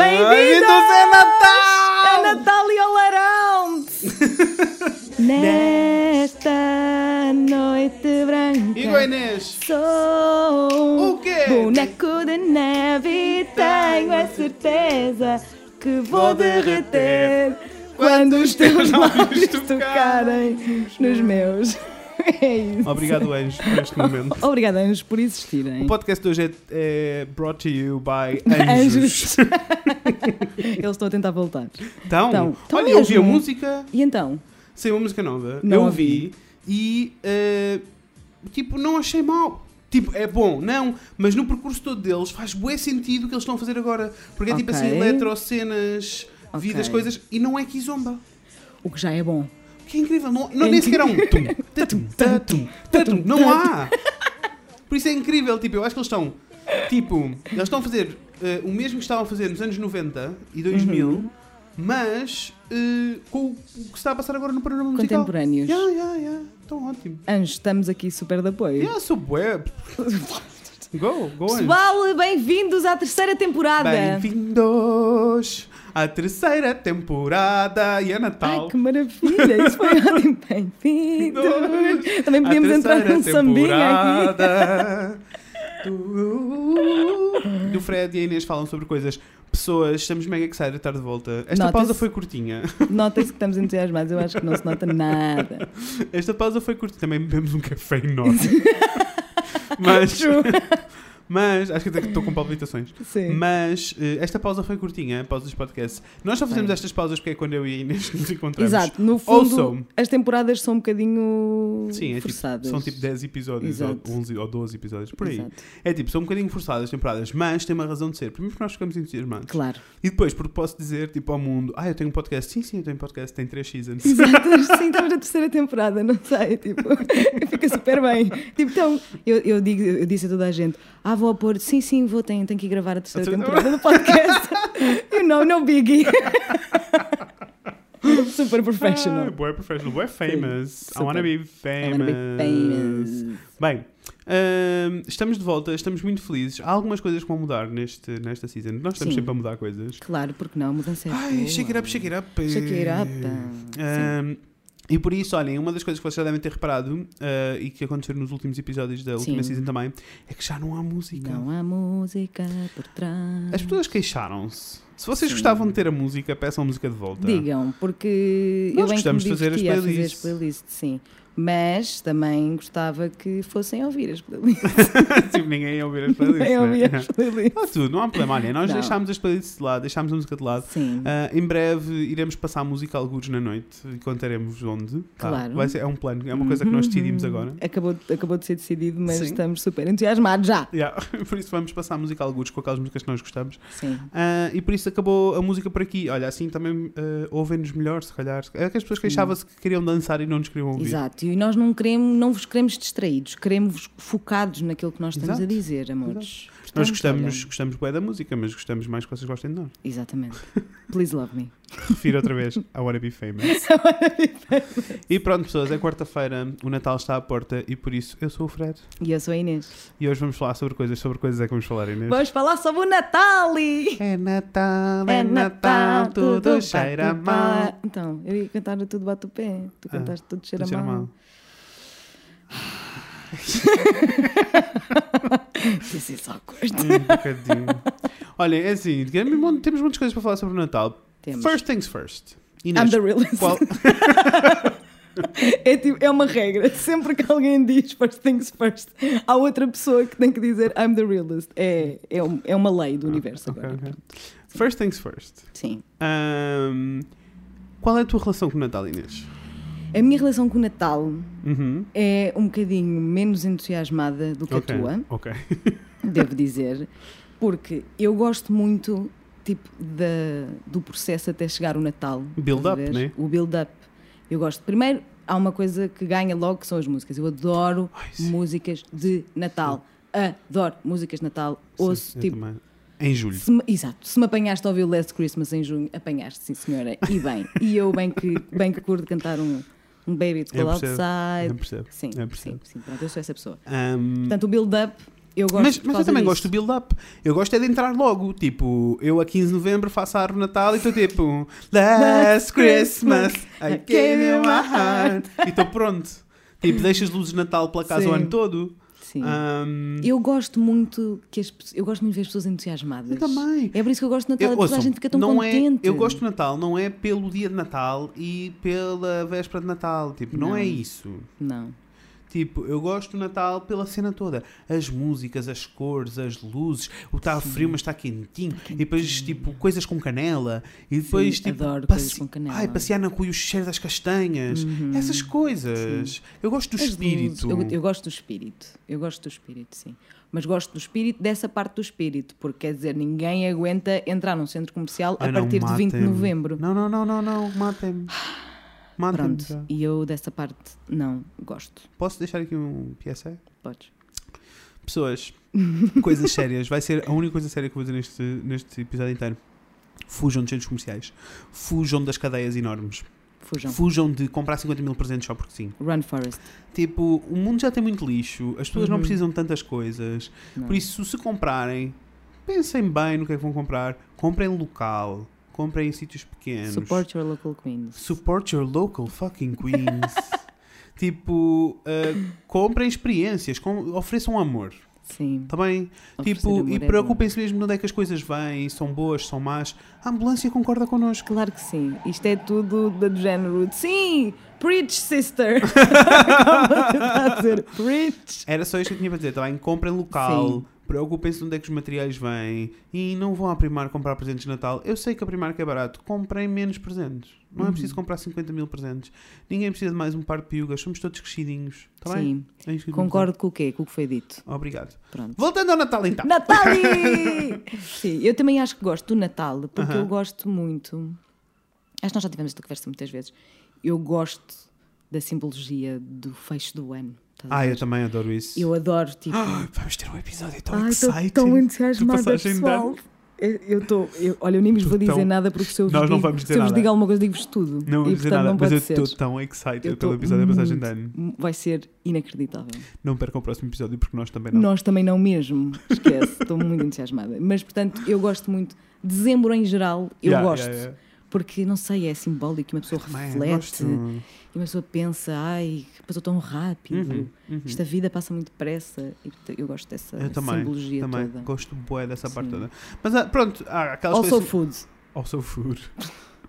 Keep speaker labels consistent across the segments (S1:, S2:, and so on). S1: Bem-vindos é
S2: é Natal!
S1: a Natália Larão! Nesta noite branca
S2: Igor Inês!
S1: sou um
S2: O quê?
S1: boneco de neve e tenho a certeza que vou derreter quando os teus lábios tocarem nos meus. É isso.
S2: Obrigado, Anjo, por este momento.
S1: Obrigada, anjos, por existirem.
S2: O podcast de hoje é, é brought to you by Anjos.
S1: Anjos. Eles estão a tentar voltar.
S2: Então,
S1: Então, então
S2: olha, eu ouvi a
S1: mesmo.
S2: música,
S1: E então?
S2: saiu uma música nova,
S1: Não
S2: eu
S1: ouvi.
S2: ouvi e, eh, tipo, não achei mal. Tipo, é bom, não, mas no percurso todo deles faz bué sentido o que eles estão a fazer agora. Porque é tipo
S1: Ok.
S2: assim, eletrocenas,
S1: Ok.
S2: vidas, coisas, e não é que zomba.
S1: O que já é bom.
S2: Que é incrível, não, não nem sequer há um tum, tatum, tatum, tatum, não há. Por isso é incrível, tipo, eu acho que eles estão, tipo, eles estão a fazer eh, o mesmo que estavam a fazer nos anos 90 e
S1: Uhum.
S2: 2000, mas eh, com o que se está a passar agora no panorama musical.
S1: Contemporâneos.
S2: Yeah, yeah, yeah, estão ótimo.
S1: Anjos, estamos aqui super de apoio.
S2: Yeah, sou bué. Go, go anjo.
S1: Pessoal, bem-vindos à terceira temporada.
S2: Bem-vindos à terceira temporada e é Natal.
S1: Ai, que maravilha! Isso foi ótimo. Bem-vindos. Também podíamos entrar num sambinha aqui.
S2: temporada Do... do Fred e a Inês falam sobre coisas. Pessoas, estamos mega excited tá de estar de volta. Esta
S1: Nota-se.
S2: pausa foi curtinha.
S1: Nota-se que estamos entusiasmados, eu acho que não se nota nada.
S2: Esta pausa foi curtinha. Também bebemos um café enorme. mas, mas, acho que até que estou com palpitações.
S1: Sim.
S2: Mas eh, esta pausa foi curtinha, a pausa dos podcasts. Nós só fazemos estas pausas porque é quando eu e a Inês nos encontramos.
S1: Exato, no fundo,
S2: Ouçam.
S1: as temporadas são um bocadinho
S2: Sim, é tipo,
S1: forçadas.
S2: são tipo 10 episódios, ou
S1: Exato.
S2: 11 ou 12 episódios, por aí.
S1: Exato.
S2: É tipo, são um bocadinho forçadas as temporadas, mas tem uma razão de ser. Primeiro porque nós ficamos entusiasmados.
S1: Claro.
S2: E depois porque posso dizer, tipo, ao mundo, ah, eu tenho um podcast. Sim, sim, eu tenho um podcast, tem 3 seasons.
S1: Exato, sim, estamos na terceira temporada, não sei, tipo, fica super bem. Tipo, então, eu, eu, digo, eu disse a toda a gente, ah, vou a pôr, sim, sim, vou, tenho, tenho que ir gravar a terceira
S2: A terceira-
S1: temporada do podcast. you know, no biggie. super
S2: Ah,
S1: professional.
S2: boy professional, boy famous. I
S1: super.
S2: wanna be
S1: I
S2: famous.
S1: wanna be famous.
S2: Bem, ahm, estamos de volta, estamos muito felizes. Há algumas coisas que vão mudar neste, nesta season. Nós estamos
S1: Sim.
S2: sempre a mudar coisas.
S1: Claro, porque não, mudança é
S2: Ai,
S1: boa.
S2: shake it up, shake it up.
S1: Shake it up. tá.
S2: Ahm, e por isso, olhem, uma das coisas que vocês já devem ter reparado ah, e que aconteceu nos últimos episódios da última
S1: Sim.
S2: season também é que já não há música.
S1: Não há música por trás.
S2: As pessoas queixaram-se. Se vocês
S1: Sim.
S2: gostavam de ter a música, peçam a música de volta.
S1: Digam, porque
S2: Nós
S1: eu bem que me
S2: gostamos de fazer as
S1: divertia a fazer as
S2: playlists.
S1: playlists, sim. Mas também gostava que fossem ouvir as playlists.
S2: tipo, ninguém ia ouvir as playlists.
S1: Também ouvir
S2: né?
S1: as playlists.
S2: Está tudo, não há problema. Olha, nós
S1: Não.
S2: deixámos as playlists de lado, deixámos a música de lado.
S1: Sim.
S2: Ah, em breve iremos passar música alguns na noite e contaremos onde. Tá?
S1: Claro. Uhum.
S2: Vai ser, é um plano, é uma coisa que nós decidimos agora.
S1: Acabou, acabou de ser decidido, mas
S2: Sim.
S1: estamos super entusiasmados já.
S2: Yeah, Por isso vamos passar música alguns com aquelas músicas que nós gostamos.
S1: Sim.
S2: Ah, e por isso acabou a música por aqui. Olha, assim também ah, ouvem-nos melhor, se calhar. É que as pessoas queixavam-se que queriam dançar e não nos queriam ouvir.
S1: Exato. E nós não queremos, não vos queremos distraídos, queremos focados naquilo que nós estamos a
S2: Exato.
S1: dizer, amores.
S2: Nós
S1: Portanto,
S2: gostamos,
S1: olha,
S2: gostamos bem da música, mas gostamos mais que vocês gostem de nós.
S1: exatamente. Please love me.
S2: Refiro outra vez a Wanna Be Famous. e pronto, pessoas, é quarta-feira, o Natal está à porta e por isso eu sou o Fred.
S1: E eu sou a Inês.
S2: E hoje vamos falar sobre coisas, sobre coisas é que vamos falar, Inês.
S1: Vamos falar sobre o Natal e-
S2: É Natal, é Natal, tudo cheira mal.
S1: Então, eu ia cantar o Tudo Bate o Pé. Tu
S2: Ah,
S1: cantaste Tudo Cheira,
S2: Tudo cheira mal.
S1: This is awkward.
S2: Um bocadinho. Olha, é assim, digamos, mon- temos muitas coisas para falar sobre o Natal.
S1: Temos.
S2: First things first.
S1: I'm
S2: Inês,
S1: the realist.
S2: qual,
S1: É, tipo, é uma regra. Sempre que alguém diz first things first, há outra pessoa que tem que dizer I'm the realist. É, é, um- é uma lei do universo
S2: Ah, ok,
S1: agora.
S2: ok. First things first.
S1: Sim.
S2: Ahm, qual é a tua relação com o Natal, Inês?
S1: A minha relação com o Natal
S2: Uhum.
S1: é um bocadinho menos entusiasmada do que
S2: Ok,
S1: a tua.
S2: Ok.
S1: devo dizer, porque eu gosto muito tipo da, do processo até chegar o Natal.
S2: Build
S1: estás a
S2: up,
S1: ver?
S2: né?
S1: O build up. Eu gosto. Primeiro, há uma coisa que ganha logo que são as músicas. Eu adoro
S2: Ai, sim.
S1: músicas de Natal. Adoro músicas de Natal. Ouço
S2: Sim, eu
S1: tipo
S2: também. Em julho.
S1: se me- exato, se me apanhaste a ouvir o Last Christmas em junho, apanhaste, sim senhora, e bem. E eu bem que, bem que curto cantar um, um Baby to
S2: Eu
S1: Go
S2: percebo,
S1: Outside.
S2: Eu percebo.
S1: Sim,
S2: eu
S1: sim,
S2: percebo.
S1: sim, pronto, eu sou essa pessoa.
S2: Ahm,
S1: Portanto, o build-up Eu gosto
S2: mas
S1: por
S2: mas eu
S1: causa
S2: também
S1: disso.
S2: gosto do build-up. Eu gosto é de entrar logo. Tipo, eu a 15 de novembro faço a árvore de Natal e estou tipo, Last Christmas, I gave you my heart. E estou pronto. Tipo, deixo as luzes de Natal pela casa o
S1: Sim.
S2: ano todo.
S1: Sim.
S2: Ah, Ahm,
S1: Eu gosto muito que as pessoas, eu gosto muito de ver as pessoas entusiasmadas.
S2: Eu também.
S1: É por isso que eu gosto de Natal, é porque toda a
S2: ouçam,
S1: gente fica tão
S2: não é-
S1: contente.
S2: eu gosto de Natal, não é pelo dia de Natal e pela véspera de Natal. Tipo, não,
S1: Não.
S2: é isso.
S1: Não.
S2: Tipo, eu gosto do Natal pela cena toda. As músicas, as cores, as luzes, o está frio, mas está quentinho. E depois, tipo, coisas com canela. E depois,
S1: Tá Sim,
S2: tipo.
S1: adoro
S2: passe-
S1: coisas com canela. Uhum.
S2: Ai, passear na rua e o cheiro das castanhas. Essas coisas. Eu gosto do
S1: As luzes.
S2: espírito.
S1: Eu, eu gosto do espírito. Eu gosto do espírito, sim. Mas gosto do espírito, dessa parte do espírito, porque quer dizer, ninguém aguenta entrar num centro comercial
S2: Ai,
S1: a
S2: não,
S1: partir de 20 de
S2: matem-me.
S1: novembro.
S2: Não, não, não, não, não. Matem-me. Matem-me.
S1: Pronto.
S2: já.
S1: E eu dessa parte não gosto.
S2: Posso deixar aqui um PSA?
S1: Podes.
S2: Pessoas, coisas sérias. Vai ser a única coisa séria que eu vou dizer neste, neste episódio inteiro. Fujam dos centros comerciais. Fujam das cadeias enormes.
S1: Fujam.
S2: Fujam de comprar 50 mil presentes só porque sim.
S1: Run Forest.
S2: Tipo, o mundo já tem muito lixo, as pessoas não
S1: Uhum.
S2: precisam de tantas coisas.
S1: Não.
S2: Por isso, se comprarem, pensem bem no que é que vão comprar. Comprem local, comprem em sítios pequenos.
S1: Support your local queens.
S2: Support your local fucking queens. tipo, uh, comprem experiências, com- ofereçam amor,
S1: Sim.
S2: tá bem?
S1: Oferecer
S2: Tipo,
S1: amor
S2: e
S1: é bom.
S2: preocupem-se mesmo de onde é que as coisas vêm, são boas, são más. A ambulância concorda connosco.
S1: Claro que sim. Isto é tudo do género. de, Sim! Preach, sister! Está a dizer preach.
S2: Era só isto que eu tinha para dizer, tá bem? Comprem local,
S1: Sim.
S2: preocupem-se de onde é que os materiais vêm e não vão à Primark comprar presentes de Natal. Eu sei que a Primark é barato, comprem menos presentes. Não
S1: Uhum.
S2: é preciso comprar 50 mil presentes. Ninguém precisa de mais um par de piugas, somos todos crescidinhos, tá bem?
S1: sim.
S2: É isso que eu tinha
S1: Concordo com o quê? Com o que foi dito.
S2: para dizer. Obrigado.
S1: Pronto.
S2: Voltando ao Natal então.
S1: Natali! Sim, eu também acho que gosto do Natal, porque eu gosto muito. Acho que nós já tivemos esta conversa muitas vezes. Eu gosto da simbologia do fecho do ano. estás a
S2: Ah,
S1: ver?
S2: eu também adoro isso.
S1: Uhum. eu adoro, tipo.
S2: Ah, vamos ter um episódio tão
S1: Ai, estou
S2: exciting.
S1: tão
S2: Tu
S1: entusiasmada,
S2: passaste em
S1: pessoal. Eu- Eu estou. eu- Olha, eu nem vos
S2: Tu
S1: vou dizer
S2: tão-
S1: nada porque se eu vos,
S2: Nós não
S1: digo,
S2: vamos dizer
S1: se eu vos
S2: nada.
S1: digo alguma coisa, digo-vos tudo.
S2: Não vou
S1: e,
S2: dizer
S1: portanto,
S2: nada,
S1: não
S2: mas
S1: pode
S2: eu
S1: ser.
S2: estou tão excited
S1: Eu
S2: pelo
S1: tô
S2: episódio da passagem de
S1: muito-
S2: ano.
S1: Vai ser inacreditável.
S2: Não percam o próximo episódio porque nós também não.
S1: Nós também não mesmo. Esquece, estou muito entusiasmada. Mas portanto, eu gosto muito. Dezembro em geral, eu
S2: Yeah,
S1: gosto.
S2: yeah, yeah.
S1: Porque, não sei, é simbólico e uma pessoa
S2: Também,
S1: reflete.
S2: gosto.
S1: E uma pessoa pensa, ai, passou tão rápido.
S2: Uhum, uhum.
S1: Esta vida passa muito depressa. E portanto, eu gosto dessa
S2: Eu também,
S1: simbologia
S2: também
S1: toda.
S2: gosto bué dessa parte
S1: Sim.
S2: toda. Mas ah, pronto, há aquelas
S1: Also
S2: coisas.
S1: food.
S2: Also food.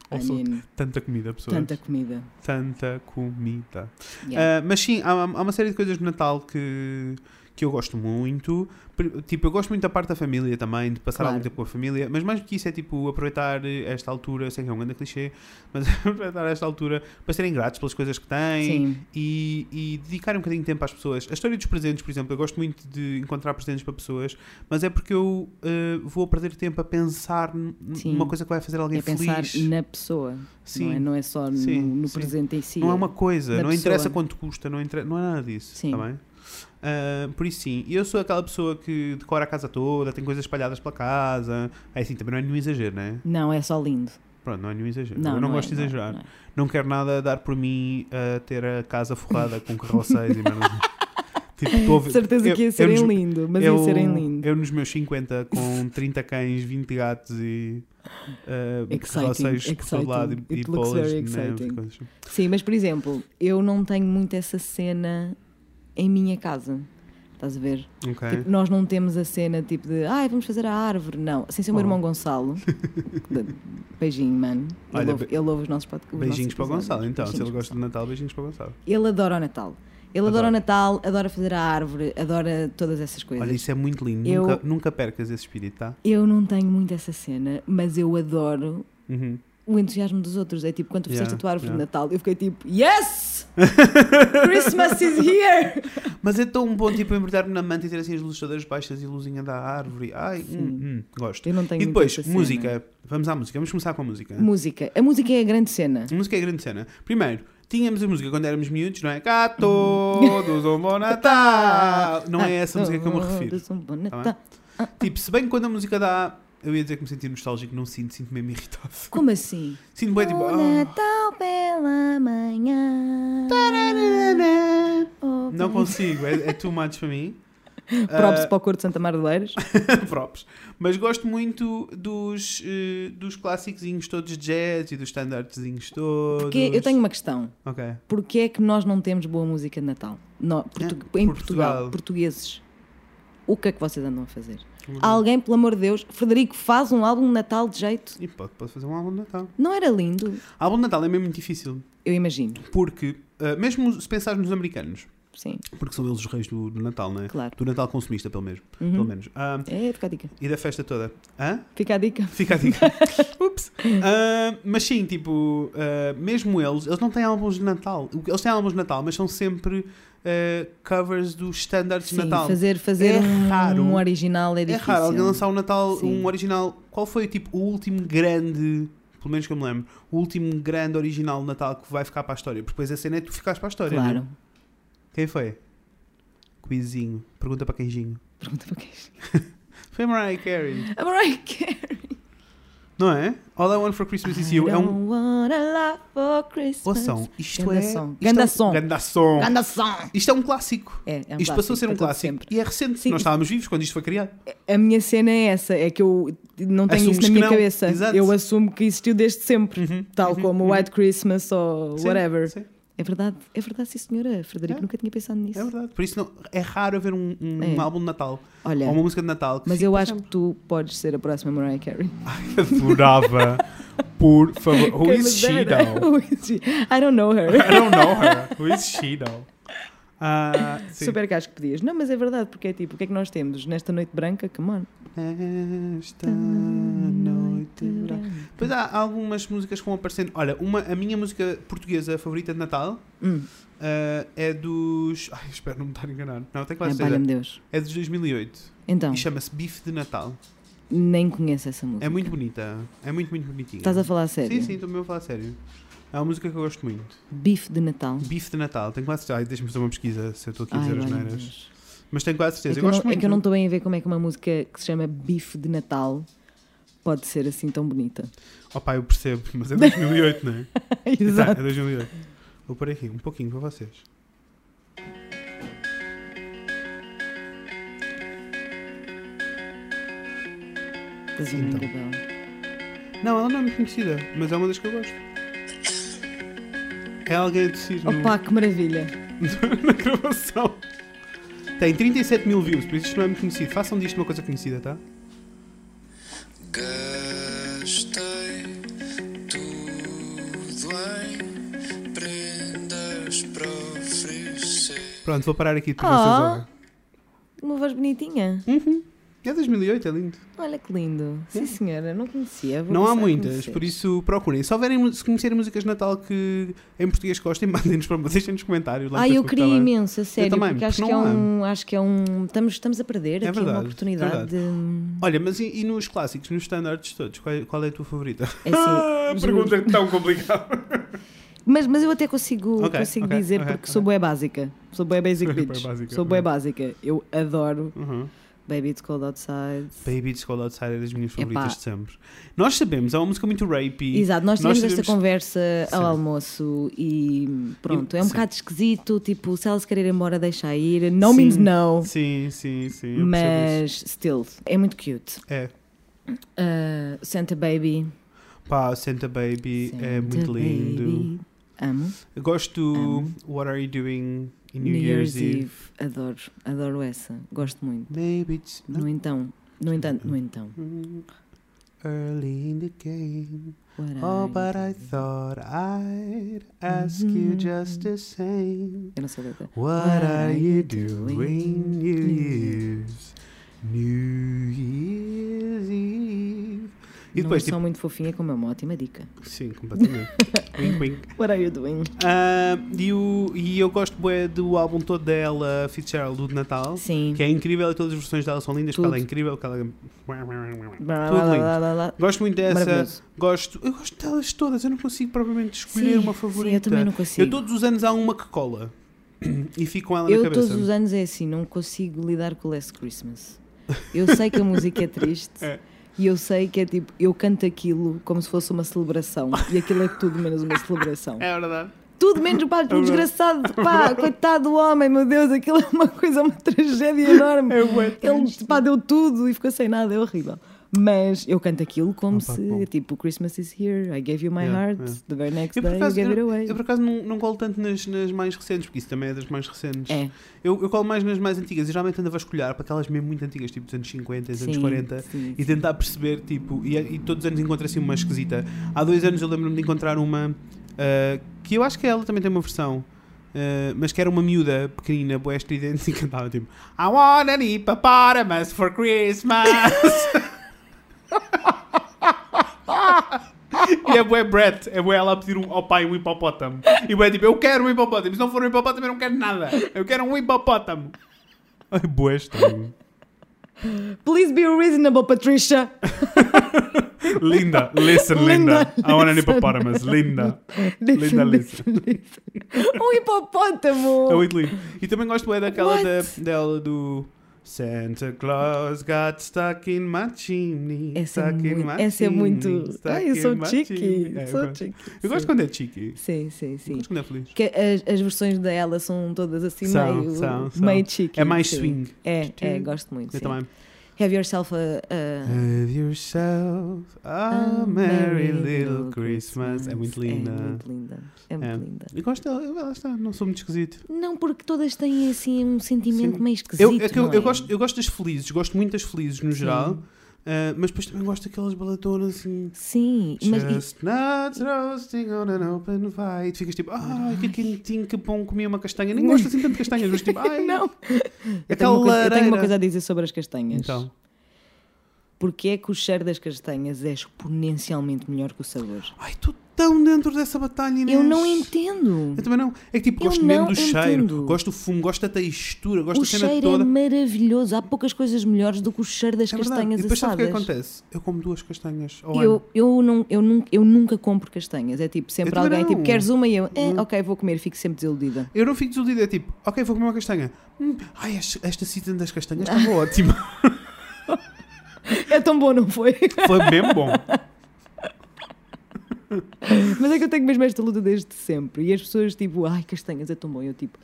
S1: I
S2: Also,
S1: mean,
S2: tanta comida, pessoas.
S1: tanta comida.
S2: Tanta comida.
S1: Yeah.
S2: Ah, mas sim, há, há uma série de coisas de Natal que, que eu gosto muito. Pri- Tipo, eu gosto muito da parte da família também, de passar
S1: Claro.
S2: algum tempo com a família. Mas mais do que isso é tipo aproveitar esta altura. Eu sei que é um grande clichê, mas aproveitar esta altura para serem gratos pelas coisas que têm
S1: Sim.
S2: e, e dedicar um bocadinho de tempo às pessoas. A história dos presentes, por exemplo, eu gosto muito de encontrar presentes para pessoas, mas é porque eu eh, vou perder tempo a pensar n-
S1: Sim.
S2: numa coisa que vai fazer alguém
S1: É
S2: feliz.
S1: pensar na pessoa. Não é,
S2: Sim.
S1: não é só no,
S2: Sim,
S1: no
S2: sim.
S1: presente em si.
S2: Não é uma coisa,
S1: da
S2: não interessa
S1: pessoa.
S2: quanto custa, não, inter... não é nada disso.
S1: Sim.
S2: tá bem? Ah, por isso sim, E eu sou aquela pessoa que decora a casa toda, tem coisas espalhadas pela casa. É assim, também não é nenhum exagero, não é?
S1: Não, é só lindo.
S2: Pronto, não é nenhum exagero.
S1: Não,
S2: eu não,
S1: é,
S2: gosto de
S1: é,
S2: exagerar.
S1: não é.
S2: não quero nada dar por mim a ter a casa forrada com carroceis e merda. tipo, tô a ver-
S1: De certeza
S2: eu-
S1: que ia
S2: eu
S1: ser
S2: nos-
S1: em lindo, mas ia ser em lindo.
S2: Eu nos meus 50, com 30 cães, 20 gatos e uh,
S1: Exciting,
S2: carroceiros por todo
S1: exciting.
S2: lado e- e
S1: It looks
S2: bolas
S1: very
S2: de neve e
S1: exciting.
S2: coisas.
S1: Sim, mas por exemplo, eu não tenho muito essa cena em minha casa. Estás a ver?
S2: Ok.
S1: Tipo, nós não temos a cena tipo de ai, vamos fazer a árvore. Não, sem ser o meu
S2: Oh.
S1: irmão Gonçalo. De- Beijinho, mano. Ele,
S2: Olha,
S1: ouve,
S2: be-
S1: ele ouve os nossos podcasts.
S2: beijinhos para o Gonçalo, então. Se ele gosta de Natal, beijinhos para o Gonçalo.
S1: Ele adora o Natal. Ele adora,
S2: Adoro.
S1: o Natal, adora fazer a árvore, adora todas essas coisas.
S2: Olha, isso é muito lindo.
S1: Eu-
S2: Nunca, nunca percas esse espírito, tá?
S1: Eu não tenho muito essa cena, mas eu adoro
S2: Uhum.
S1: o entusiasmo dos outros. É tipo, quando tu fizeste
S2: Yeah,
S1: a tua árvore
S2: yeah.
S1: de Natal, eu fiquei tipo, Yes! Christmas is here!
S2: Mas é tão bom, tipo, embrulhar-me na manta e ter assim as luzes todas baixas e a luzinha da árvore. Ai, hum, hum, gosto.
S1: Eu não tenho
S2: E
S1: muito
S2: depois,
S1: essa cena.
S2: música. Vamos à música. Vamos começar com a música.
S1: Música. A música é a grande cena.
S2: A música é a grande cena. Primeiro, tínhamos a música quando éramos miúdos, não é? Cá
S1: Uhum.
S2: todos um bom Natal! Não é essa a música que eu me refiro.
S1: Todos um bom Natal.
S2: Tá Tipo, se bem que quando a música dá. Eu ia dizer que me senti nostálgico, não sinto, sinto mesmo irritado.
S1: Como assim?
S2: Sinto bem tipo.
S1: Bom
S2: ah.
S1: Natal pela manhã.
S2: Tarararana. Não
S1: Oh, bem-
S2: consigo, é, é too much para mim.
S1: Props para o Corpo de Santa Mardeleiras.
S2: oh, props. Mas gosto muito dos, eh, dos clássicozinhos todos de jazz e dos standardzinhos todos.
S1: Porque eu tenho uma questão.
S2: Ok.
S1: Porquê é que nós não temos boa música de Natal? No- portu-
S2: É,
S1: em Portugal,
S2: Portugal.
S1: portugueses. O que é que vocês andam a fazer?
S2: Uhum.
S1: Alguém, pelo amor de Deus, Frederico, faz um álbum de Natal de jeito.
S2: E pode, pode fazer um álbum de Natal.
S1: Não era lindo?
S2: Álbum de Natal é mesmo muito difícil.
S1: Eu imagino.
S2: Porque, eh, mesmo se pensarmos nos americanos,
S1: Sim,
S2: porque são eles os reis do, do Natal, não é?
S1: claro.
S2: Do Natal consumista, pelo menos.
S1: Uhum.
S2: Pelo menos. Ah,
S1: É, fica a dica.
S2: e da festa toda. Hã?
S1: Fica a dica.
S2: Fica a dica. Ups. Ah, mas sim, tipo, ah, mesmo eles, eles não têm álbuns de Natal. O que- Eles têm álbuns de Natal, mas são sempre ah, covers dos standards de
S1: Sim,
S2: Natal.
S1: fazer, fazer
S2: É
S1: um,
S2: raro.
S1: um original é
S2: é
S1: difícil.
S2: raro alguém lançar um Natal,
S1: Sim.
S2: um original. Qual foi tipo, o último grande, pelo menos que eu me lembro, o último grande original de Natal que vai ficar para a história? Porque depois a cena é tu ficares para a história. não é?
S1: Claro.
S2: Quem foi? Quizinho. Pergunta para quemzinho.
S1: Pergunta para quem.
S2: Foi Mariah Carey.
S1: A Mariah Carey.
S2: Não é? All I Want for Christmas is You.
S1: I
S2: É um.
S1: don't want a lot for Ah, Christmas.
S2: Ouçam, isto
S1: Ganda
S2: é.
S1: som.
S2: isto
S1: Ganda
S2: é um-
S1: som.
S2: Ganda som.
S1: Ganda som.
S2: Isto é um clássico.
S1: É, é um
S2: isto passou a ser um
S1: para todo
S2: clássico.
S1: sempre.
S2: E é recente.
S1: Sim.
S2: Nós estávamos vivos quando isto foi criado.
S1: A minha cena é essa, é que eu não tenho
S2: Assumes
S1: isso na
S2: que
S1: minha
S2: não,
S1: cabeça.
S2: exato. Uhum,
S1: Eu assumo que existiu desde sempre, tal como White Christmas ou
S2: Sim,
S1: whatever.
S2: sim.
S1: É verdade, é verdade, sim senhora. Frederico,
S2: É.
S1: nunca tinha pensado nisso.
S2: É verdade. Por isso não- é raro haver um, um
S1: É.
S2: álbum de Natal
S1: Olha,
S2: ou uma música de Natal. que
S1: mas
S2: fique
S1: eu
S2: para
S1: acho
S2: sempre.
S1: que tu podes ser a próxima Mariah Carey.
S2: Adorava. Por favor. Who
S1: Quem
S2: is
S1: me
S2: she
S1: dera.
S2: now?
S1: é Who is she? I don't know her.
S2: I don't know her. Who is she now? Ah, sim.
S1: Super que acho que pedias. Não, mas é verdade, porque é tipo, o que é que nós temos nesta noite branca? Come on.
S2: Esta noite.
S1: Hum.
S2: branca. Depois há algumas músicas que vão aparecendo. Olha, uma, a minha música portuguesa favorita de Natal
S1: Hum,
S2: ah, é dos. Ai, espero não me estar a enganar. Não, tenho quase certeza.
S1: Ah, Valha-me Deus.
S2: É dos 2008
S1: Então,
S2: e chama-se Bife de Natal.
S1: nem conheço essa música.
S2: É muito bonita. É muito, muito bonitinha.
S1: Estás a falar a sério?
S2: Sim, sim, estou mesmo a falar a sério. É uma música que eu gosto muito.
S1: Bife de Natal.
S2: Bife de Natal. Tenho quase certeza. Ai, Deixa-me fazer uma pesquisa se eu estou aqui a
S1: Ai,
S2: dizer as
S1: valha-me
S2: neiras.
S1: Deus.
S2: Mas tenho quase
S1: É
S2: certeza.
S1: que,
S2: eu
S1: eu
S2: gosto
S1: não, é
S2: muito.
S1: que eu não estou bem a ver como é que uma música que se chama Bife de Natal pode ser assim tão bonita.
S2: Oh pá, eu percebo, mas é 2008, não é? Tá,
S1: Exato.
S2: é 2008. Vou pôr aqui um pouquinho para vocês. então.
S1: Estás a ver, Tá. Isabel?
S2: Não, ela não é muito conhecida, mas é uma das que eu gosto. É alguém a descer no,
S1: Opa, que maravilha.
S2: na gravação. Tem 37 mil views, por isso isto não é muito conhecido. Façam disto uma coisa conhecida, tá?
S3: Gastei tudo em prendas para oferecer.
S2: Pronto, vou parar aqui depois vocês
S1: Ah.
S2: ouvem.
S1: Uma voz bonitinha.
S2: Uhum. É 2008, é lindo.
S1: Olha que lindo. Sim, senhora, É. não conhecia. vou
S2: não há
S1: começar a
S2: muitas,
S1: conhecer.
S2: por isso procurem. Se, houverem, mu- se conhecerem músicas de Natal que em português gostem, mandem-nos para deixem-nos comentários lá no
S1: Ai, eu
S2: Facebook, tá
S1: queria
S2: bem?
S1: imenso, a sério,
S2: também,
S1: porque acho
S2: porque
S1: que, é
S2: não há.
S1: um, acho que é um. Estamos, estamos a perder
S2: É
S1: aqui uma
S2: verdade, é
S1: oportunidade. de-
S2: Olha, mas e, e nos clássicos, nos standards todos, qual, é- qual é a tua favorita?
S1: É assim, juro.
S2: é tão complicada.
S1: mas, mas eu até consigo,
S2: Ok,
S1: consigo
S2: ok,
S1: dizer,
S2: ok,
S1: porque sou
S2: ok.
S1: bué básica. Sou bué basic
S2: Bué
S1: bitch.
S2: básica,
S1: sou bué
S2: ok.
S1: básica. Eu adoro
S2: Uhum.
S1: Baby It's Cold Outside.
S2: Baby It's Cold Outside é das minhas
S1: Epá.
S2: favoritas de sempre. Nós sabemos, é uma música muito rapey.
S1: Exato, nós
S2: nós
S1: tivemos esta
S2: tivemos-
S1: conversa ao
S2: Sim.
S1: almoço e pronto,
S2: E-
S1: é um
S2: sim.
S1: bocado esquisito, tipo, se ela se querer ir embora, deixa ir. No means
S2: Sim,
S1: no,
S2: Sim, sim, sim. eu percebo isso.
S1: mas still, é muito cute.
S2: É.
S1: Uh, Santa Baby.
S2: Pá, Santa Baby é
S1: Santa
S2: muito lindo.
S1: Baby. Amo.
S2: Eu gosto do
S1: Amo.
S2: What Are You Doing in
S1: New,
S2: New,
S1: Year's, Eve. Adoro, adoro essa. Gosto muito.
S2: Maybe it's not
S1: No então, no entanto, no então.
S2: early in the game.
S1: What
S2: Oh,
S1: I-
S2: but I thought I'd ask you just the same.
S1: Eu não sei é letra.
S2: Mm-hmm. What are you doing, New Year's? New Year's Eve. E depois,
S1: não sou
S2: tipo,
S1: muito fofinha como é uma ótima dica.
S2: sim, completamente. wink, wink.
S1: What are you doing?
S2: Ah, e, o, e eu gosto bué do álbum todo dela, Fitzgerald, do de Natal,
S1: Sim.
S2: que é incrível e todas as versões dela são lindas,
S1: Tudo.
S2: porque ela é incrível, porque ela é...
S1: Blá,
S2: Tudo
S1: blá,
S2: lindo.
S1: blá, blá, blá.
S2: Gosto muito dessa,
S1: Maravilhoso.
S2: gosto, eu gosto delas todas, eu não consigo propriamente escolher
S1: Sim,
S2: uma
S1: sim,
S2: favorita.
S1: eu também não
S2: Eu
S1: consigo.
S2: todos os anos há uma que cola e fico com ela
S1: Eu
S2: na cabeça.
S1: todos os anos é assim, não consigo lidar com Last Christmas. Eu sei que a música é triste
S2: É.
S1: e eu sei que é tipo, eu canto aquilo como se fosse uma celebração e aquilo é tudo menos uma celebração.
S2: É verdade. É
S1: tudo menos o padre desgraçado. Pá, coitado do homem, meu Deus, aquilo é uma coisa, uma tragédia enorme.
S2: É bué
S1: Ele pá, deu tudo e ficou sem nada, é horrível. Mas eu canto aquilo como
S2: Opa,
S1: se,
S2: bom.
S1: tipo, Christmas is here, I gave you my
S2: Yeah,
S1: heart,
S2: yeah.
S1: the very next
S2: Eu por
S1: day
S2: acaso,
S1: you gave it
S2: eu,
S1: away.
S2: eu por acaso não, não colo tanto nas, nas mais recentes, porque isso também é das mais recentes.
S1: É,
S2: Eu, eu colo mais nas mais antigas e geralmente ando a vasculhar para aquelas mesmo muito antigas, tipo dos anos 50, dos anos
S1: sim,
S2: 40,
S1: sim,
S2: e
S1: sim.
S2: tentar perceber, tipo, e, e todos os anos encontro assim uma esquisita. Há dois anos eu lembro-me de encontrar uma ah, que eu acho que ela também tem uma versão, ah, mas que era uma miúda pequenina, boa estridente, e cantava tipo I want an hippopotamus for Christmas. E é bué Brett, é bué ela a pedir um, ao pai um hipopótamo. E bué tipo, eu quero um hipopótamo. Se não for um hipopótamo, eu não quero nada. Eu quero um hipopótamo. Ai, bué estranho.
S1: Please be reasonable, Patricia.
S2: Linda, listen, é Linda.
S1: Linda,
S2: I want an
S1: listen. Oh.
S2: hippopotamus. Linda. Linda,
S1: listen, listen. Um hipopótamo.
S2: É muito lindo. E também gosto bué daquela
S1: What?
S2: da, dela do... Santa Claus got stuck in my chimney.
S1: Essa é
S2: stuck in
S1: muito.
S2: my
S1: Essa é muito.
S2: chimney, stuck
S1: Ai, eu sou
S2: in my
S1: chique.
S2: chimney. É, eu
S1: sou
S2: gosto.
S1: chique.
S2: Eu gosto
S1: sim.
S2: quando é chique.
S1: Sim, sim,
S2: Eu
S1: sim.
S2: Gosto quando é feliz.
S1: Que as, as versões da ela são todas assim
S2: São,
S1: meio,
S2: são, são.
S1: meio chique.
S2: É mais
S1: sim.
S2: swing.
S1: É, é, gosto muito.
S2: Eu
S1: sim. Ah.
S2: também.
S1: Have yourself a. a-
S2: Have yourself a merry little Christmas. É muito linda.
S1: É muito linda. É muito
S2: É.
S1: linda.
S2: Eu gosto dela, eu- ela está, não sou muito esquisito.
S1: Não, porque todas têm assim um sentimento
S2: Sim.
S1: meio esquisito.
S2: Eu, é que eu,
S1: não
S2: eu
S1: é?
S2: gosto, eu gosto das felizes, gosto muito das felizes no geral, ah, mas depois também gosto daquelas balatonas assim.
S1: Sim, mas. e-
S2: Chestnuts roasting on an open fire. Tu ficas tipo, ai que quentinho, que bom comer uma castanha. Nem gosto assim tanto de castanhas, mas tipo, ai.
S1: Não, eu tenho,
S2: Aquela
S1: uma coisa, eu tenho uma
S2: Então, lareira.
S1: coisa assim. a dizer sobre as castanhas.
S2: Então,
S1: Porque é que o cheiro das castanhas é exponencialmente melhor que o sabor?
S2: ai, estou tão dentro dessa batalha, Inês.
S1: Eu não entendo.
S2: Eu também não. É que tipo,
S1: Eu
S2: gosto mesmo
S1: não
S2: do cheiro,
S1: entendo.
S2: gosto do fumo, gosto da textura, gosto
S1: o
S2: da cena
S1: cheiro
S2: toda.
S1: é maravilhoso. Há poucas coisas melhores do que o cheiro das
S2: É verdade.
S1: castanhas
S2: E depois sabe o que
S1: assadas.
S2: acontece? Eu como duas castanhas ao
S1: eu,
S2: ano.
S1: eu, não, eu, nunca, eu nunca compro castanhas. É tipo,
S2: Eu
S1: sempre
S2: também
S1: alguém,
S2: não. Hum.
S1: tipo, queres uma e eu, eh, ok, vou comer, fico sempre desiludida.
S2: Eu não fico desiludido, é tipo, ok, vou comer uma castanha. Hum, ai, este- esta season das castanhas tá tipo, estava ótima.
S1: É tão bom, não foi?
S2: Foi mesmo bom.
S1: Mas é que eu tenho mesmo esta luta desde sempre. E as pessoas, tipo, ai, castanhas é tão bom. Eu, tipo,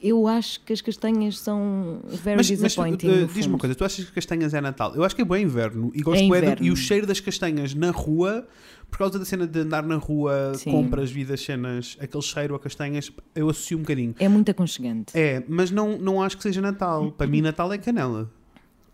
S1: eu acho que as castanhas são very
S2: Mas, mas uh,
S1: um disappointing. no
S2: diz-me uma
S1: fundo.
S2: coisa, tu achas que castanhas é Natal? Eu acho que é bem inverno e gosto
S1: É
S2: bué de-
S1: inverno.
S2: e o cheiro das castanhas na rua, por causa da cena de andar na rua,
S1: Sim.
S2: compras, vidas, cenas, aquele cheiro a castanhas, eu associo um bocadinho.
S1: É muito aconchegante.
S2: É, mas não, não acho que seja Natal. Para mim, Natal é canela.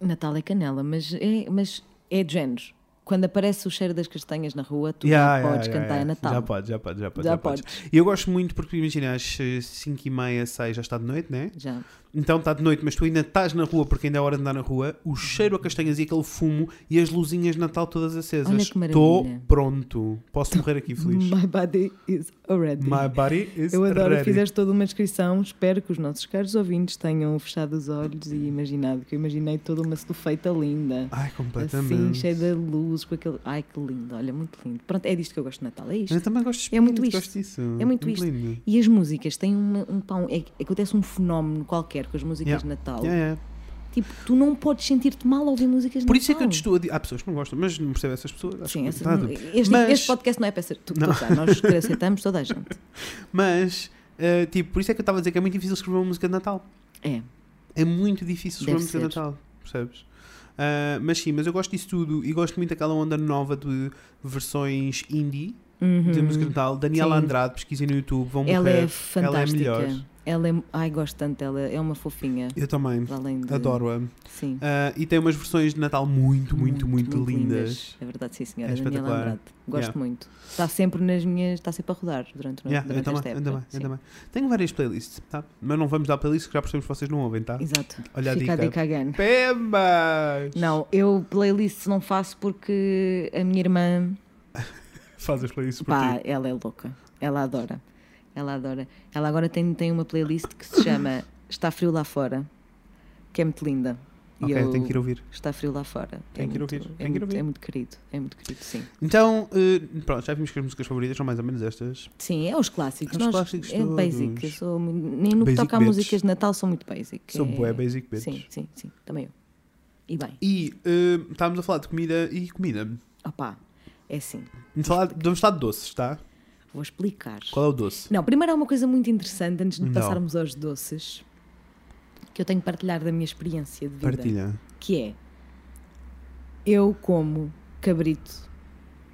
S1: Natal é canela, mas é, mas é de géneros. Quando aparece o cheiro das castanhas na rua, tu
S2: Yeah,
S1: já
S2: yeah,
S1: podes
S2: yeah,
S1: cantar
S2: yeah.
S1: é Natal.
S2: Já pode, já pode, já pode.
S1: Já
S2: Já pode. E eu gosto muito porque, imagina, às 5 e meia, 6 já está de noite, né?
S1: Já.
S2: Então está de noite, mas tu ainda estás na rua porque ainda é hora de andar na rua. O cheiro a castanhas e aquele fumo e as luzinhas de Natal todas acesas.
S1: Olha que maravilha.
S2: Estou pronto. Posso morrer aqui feliz.
S1: My body is already.
S2: My body is
S1: Eu adoro,
S2: ready.
S1: fizeste toda uma descrição. Espero que os nossos caros ouvintes tenham fechado os olhos e imaginado que eu imaginei toda uma selufeita linda.
S2: Ai,
S1: Assim,
S2: completamente.
S1: cheia de luz, com aquele. Ai que lindo, olha, muito lindo. Pronto, é disto que eu gosto de Natal, é isto.
S2: eu também gosto
S1: É muito isto.
S2: Gosto disso.
S1: É muito isto.
S2: lindo.
S1: E as músicas têm uma- um pão. É, que acontece um fenómeno qualquer com as músicas
S2: Yeah.
S1: de Natal.
S2: Yeah, yeah.
S1: Tipo, tu não podes sentir-te mal ao ouvir músicas de
S2: Por
S1: Natal.
S2: isso é que eu te estou a dizer. Há pessoas que não gostam, mas não percebo essas pessoas. acho
S1: Sim,
S2: que
S1: essa-
S2: tá tudo.
S1: este,
S2: Mas-
S1: este podcast não é para ser. Tu, tu sabes, nós aceitamos toda a gente.
S2: Mas, eh, tipo, por isso é que eu estava a dizer que é muito difícil escrever uma música de Natal.
S1: É.
S2: É muito difícil escrever
S1: Deve
S2: uma música de
S1: ser.
S2: Natal, percebes? Ah, mas sim, mas eu gosto disso tudo e gosto muito daquela onda nova de versões indie de
S1: Uhum.
S2: música de Natal. Daniela
S1: Sim.
S2: Andrade, pesquisem no YouTube, vão
S1: Ela
S2: morrer.
S1: é fantástica.
S2: melhor.
S1: Ela é- Ai, gosto tanto dela. É uma fofinha.
S2: Eu também,
S1: para Além de...
S2: adoro-a.
S1: Sim.
S2: Ah, e tem umas versões de Natal muito, muito, muito, lindas.
S1: É verdade, sim, senhora.
S2: É
S1: Daniela
S2: espetacular.
S1: Andrade. Gosto
S2: Yeah.
S1: muito. Está sempre nas minhas. Está sempre a rodar durante, o
S2: Yeah, então eu também,
S1: durante esta
S2: eu
S1: época.
S2: também, eu
S1: Sim.
S2: também. Tenho várias playlists, tá? Mas não vamos dar playlists que já percebemos que vocês não ouvem, tá?
S1: Exato.
S2: Olha a
S1: Fica
S2: dica.
S1: a dica again.
S2: Pemba!
S1: Não, eu playlists não faço porque a minha irmã
S2: Faz as playlists por
S1: Pá,
S2: ti.
S1: ela é louca. Ela adora. Ela adora. Ela agora tem, tem uma playlist que se chama Está Frio Lá Fora, que é muito linda. E
S2: Ok,
S1: eu-
S2: tenho que ir ouvir.
S1: Está Frio Lá Fora.
S2: Tenho que ir
S1: muito-
S2: ouvir,
S1: é
S2: tenho que ir
S1: muito-
S2: ouvir.
S1: É muito querido. É muito querido, sim.
S2: Então, eh, pronto, já vimos que as músicas favoritas são mais ou menos estas.
S1: Sim, é os clássicos.
S2: Os
S1: Nós-
S2: clássicos
S1: é basic.
S2: todos.
S1: Eu sou, mu- nem no que
S2: Basic
S1: toca a
S2: bitch.
S1: músicas de Natal sou muito basic.
S2: São
S1: É-
S2: bué basic bits.
S1: Sim, sim, sim. Também eu. E bem,
S2: E eh, estávamos a falar de comida e comida.
S1: opá, é assim.
S2: Vamos falar, vamos falar de doces, tá?
S1: Vou explicar.
S2: Qual é o doce?
S1: Não, primeiro há uma coisa muito interessante antes de
S2: Não.
S1: passarmos aos doces que eu tenho que partilhar da minha experiência de vida.
S2: Partilha.
S1: Que é eu como cabrito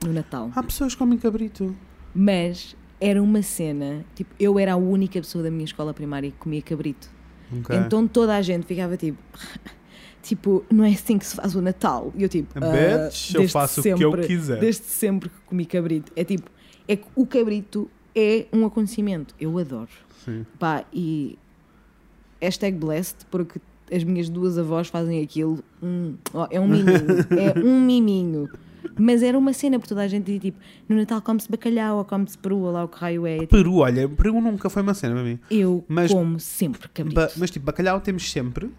S1: no Natal.
S2: Há pessoas que comem cabrito.
S1: Mas era uma cena, tipo, eu era a única pessoa da minha escola primária que comia cabrito.
S2: Ok.
S1: Então toda a gente ficava tipo, tipo, não é assim que se faz o Natal. E eu tipo, ah,
S4: Bitch, eu
S1: desde
S4: faço o que eu
S1: sempre-
S4: quiser.
S1: Desde sempre que comi cabrito. É tipo, é que o cabrito é um acontecimento. Eu adoro.
S2: Sim.
S1: Pá, e hashtag blessed, porque as minhas duas avós fazem aquilo. Hum, ó, é um miminho. é um miminho. Mas era uma cena, porque toda a gente dizia tipo, no Natal come-se bacalhau ou come-se peru, ou lá o que raio é.
S2: Peru, olha, Peru nunca foi uma cena para mim.
S1: Eu
S2: Mas-
S1: como sempre cabrito.
S2: Ba- mas tipo, bacalhau temos sempre,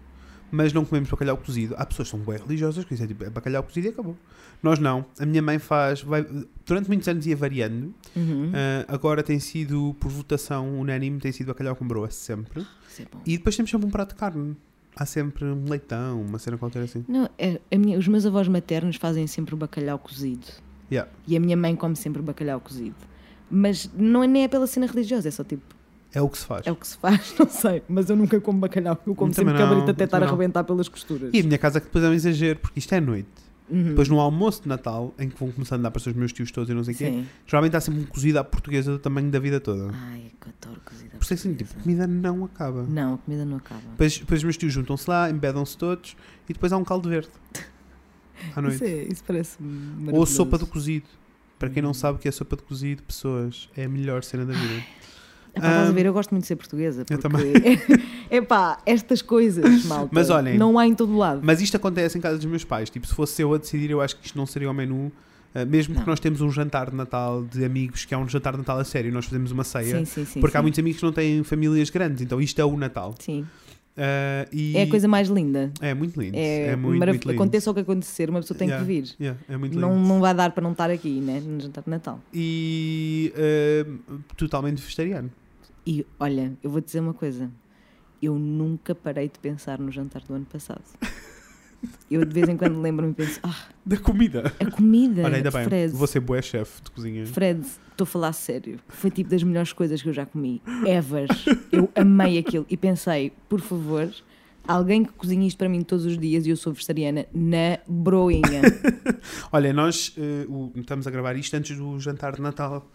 S2: mas não comemos bacalhau cozido. Há pessoas que são bem religiosas que dizem tipo, é bacalhau cozido e acabou. Nós não. A minha mãe faz, vai- durante muitos anos ia variando.
S1: Uhum.
S2: Ah, agora tem sido, por votação unânime, tem sido bacalhau com broa sempre.
S1: Isso é bom.
S2: E depois temos sempre um prato de carne. Há sempre um leitão, uma cena qualquer assim.
S1: Não, é- a minha- os meus avós maternos fazem sempre o bacalhau cozido.
S2: Yeah.
S1: E a minha mãe come sempre bacalhau cozido. Mas não é, nem é pela cena religiosa, é só tipo,
S2: É o que se faz.
S1: é o que se faz, não sei. Mas eu nunca como bacalhau, eu como
S2: Eu
S1: sempre
S2: também não,
S1: cabrito até
S2: eu
S1: estar a
S2: também não.
S1: arrebentar pelas costuras.
S2: E a minha casa que depois é um exagero, porque isto é à noite.
S1: Uhum.
S2: Depois no almoço de Natal, em que vão começando a dar para os seus meus tios todos e não sei o quê,
S1: Sim.
S2: geralmente há sempre um cozido à portuguesa do tamanho da vida toda.
S1: Ai, que eu adoro cozida.
S2: Por isso é assim, tipo,
S1: portuguesa.
S2: comida não acaba.
S1: Não, a comida não acaba.
S2: Depois, depois os meus tios juntam-se lá, embedam-se todos e depois há um caldo verde. À
S1: Isso,
S2: noite.
S1: é, isso parece
S2: Ou sopa do cozido. Para
S1: Uhum.
S2: quem não sabe o que é sopa de cozido, pessoas, é a melhor cena da vida.
S1: Epá, estás a
S2: Ahm,
S1: ver, eu gosto muito de ser portuguesa.
S2: Ah, eu
S1: Porque... Epá, estas coisas, malta.
S2: Mas olhem-
S1: Não há em todo lado.
S2: Mas isto acontece em casa dos meus pais. Tipo, se fosse eu a decidir, eu acho que isto não seria o menu. Ah, mesmo porque
S1: Não.
S2: nós temos um jantar de Natal de amigos, que é um jantar de Natal a sério, nós fazemos uma ceia.
S1: sim, sim, sim.
S2: porque há
S1: sim.
S2: muitos amigos que não têm famílias grandes, então isto é o Natal.
S1: Sim.
S2: Ah, e
S1: É a coisa mais linda.
S2: é muito lindo.
S1: É,
S2: É, muito,
S1: marav-
S2: muito lindo.
S1: Aconteça o que acontecer, uma pessoa tem
S2: Yeah,
S1: que vir.
S2: Yeah, é muito lindo.
S1: Não, não vai dar para não estar aqui, né? No jantar de Natal.
S2: E ah, totalmente vegetariano.
S1: E olha, eu vou dizer uma coisa. Eu nunca parei de pensar no jantar do ano passado. Eu de vez em quando lembro-me e penso: ah,
S2: Da comida.
S1: a comida.
S2: Olha, ainda bem,
S1: Fred,
S2: vou ser bué chefe de cozinha.
S1: Fred, estou a falar sério. Foi tipo das melhores coisas que eu já comi. Ever. Eu amei aquilo. E pensei: por favor, alguém que cozinhe isto para mim todos os dias e eu sou vegetariana, na broinha.
S2: Olha, nós ah, o- estamos a gravar isto antes do jantar de Natal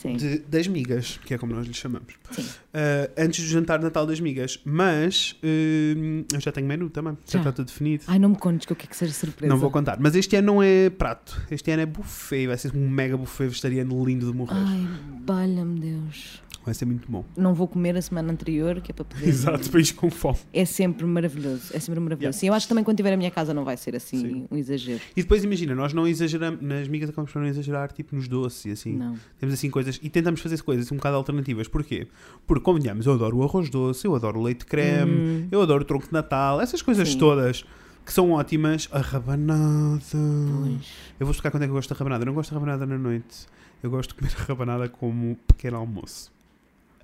S1: Sim.
S2: de- das migas, que é como nós lhe chamamos.
S1: Sim.
S2: Uh, antes do jantar de Natal das migas, mas hum, eu já tenho menu também, já
S1: Já.
S2: está tudo definido.
S1: Ai, não me contes que eu quero que seja surpresa.
S2: Não vou contar, mas este ano não é prato, este ano é buffet, vai ser um mega buffet vegetariano lindo de morrer.
S1: Ai, balha-me Deus.
S2: Vai ser muito bom.
S1: Não vou comer a semana anterior, que é para poder.
S2: Exato, país com fome.
S1: É sempre maravilhoso. É sempre maravilhoso.
S2: Yeah.
S1: Sim, eu acho que também quando tiver a minha casa não vai ser assim
S2: Sim.
S1: um exagero.
S2: E depois imagina, nós não exageramos, nas migas acabamos por não exagerar, tipo nos doces e assim.
S1: Não.
S2: Temos assim coisas e tentamos fazer coisas assim, um bocado alternativas. Porquê? Porque, convenhamos, eu adoro o arroz doce, eu adoro o leite creme,
S1: Hum,
S2: eu adoro o tronco de Natal, essas coisas
S1: Sim.
S2: todas que são ótimas. A rabanada.
S1: pois.
S2: Eu vou explicar quando é que eu gosto da rabanada. Eu não gosto da rabanada na noite. Eu gosto de comer rabanada como pequeno almoço.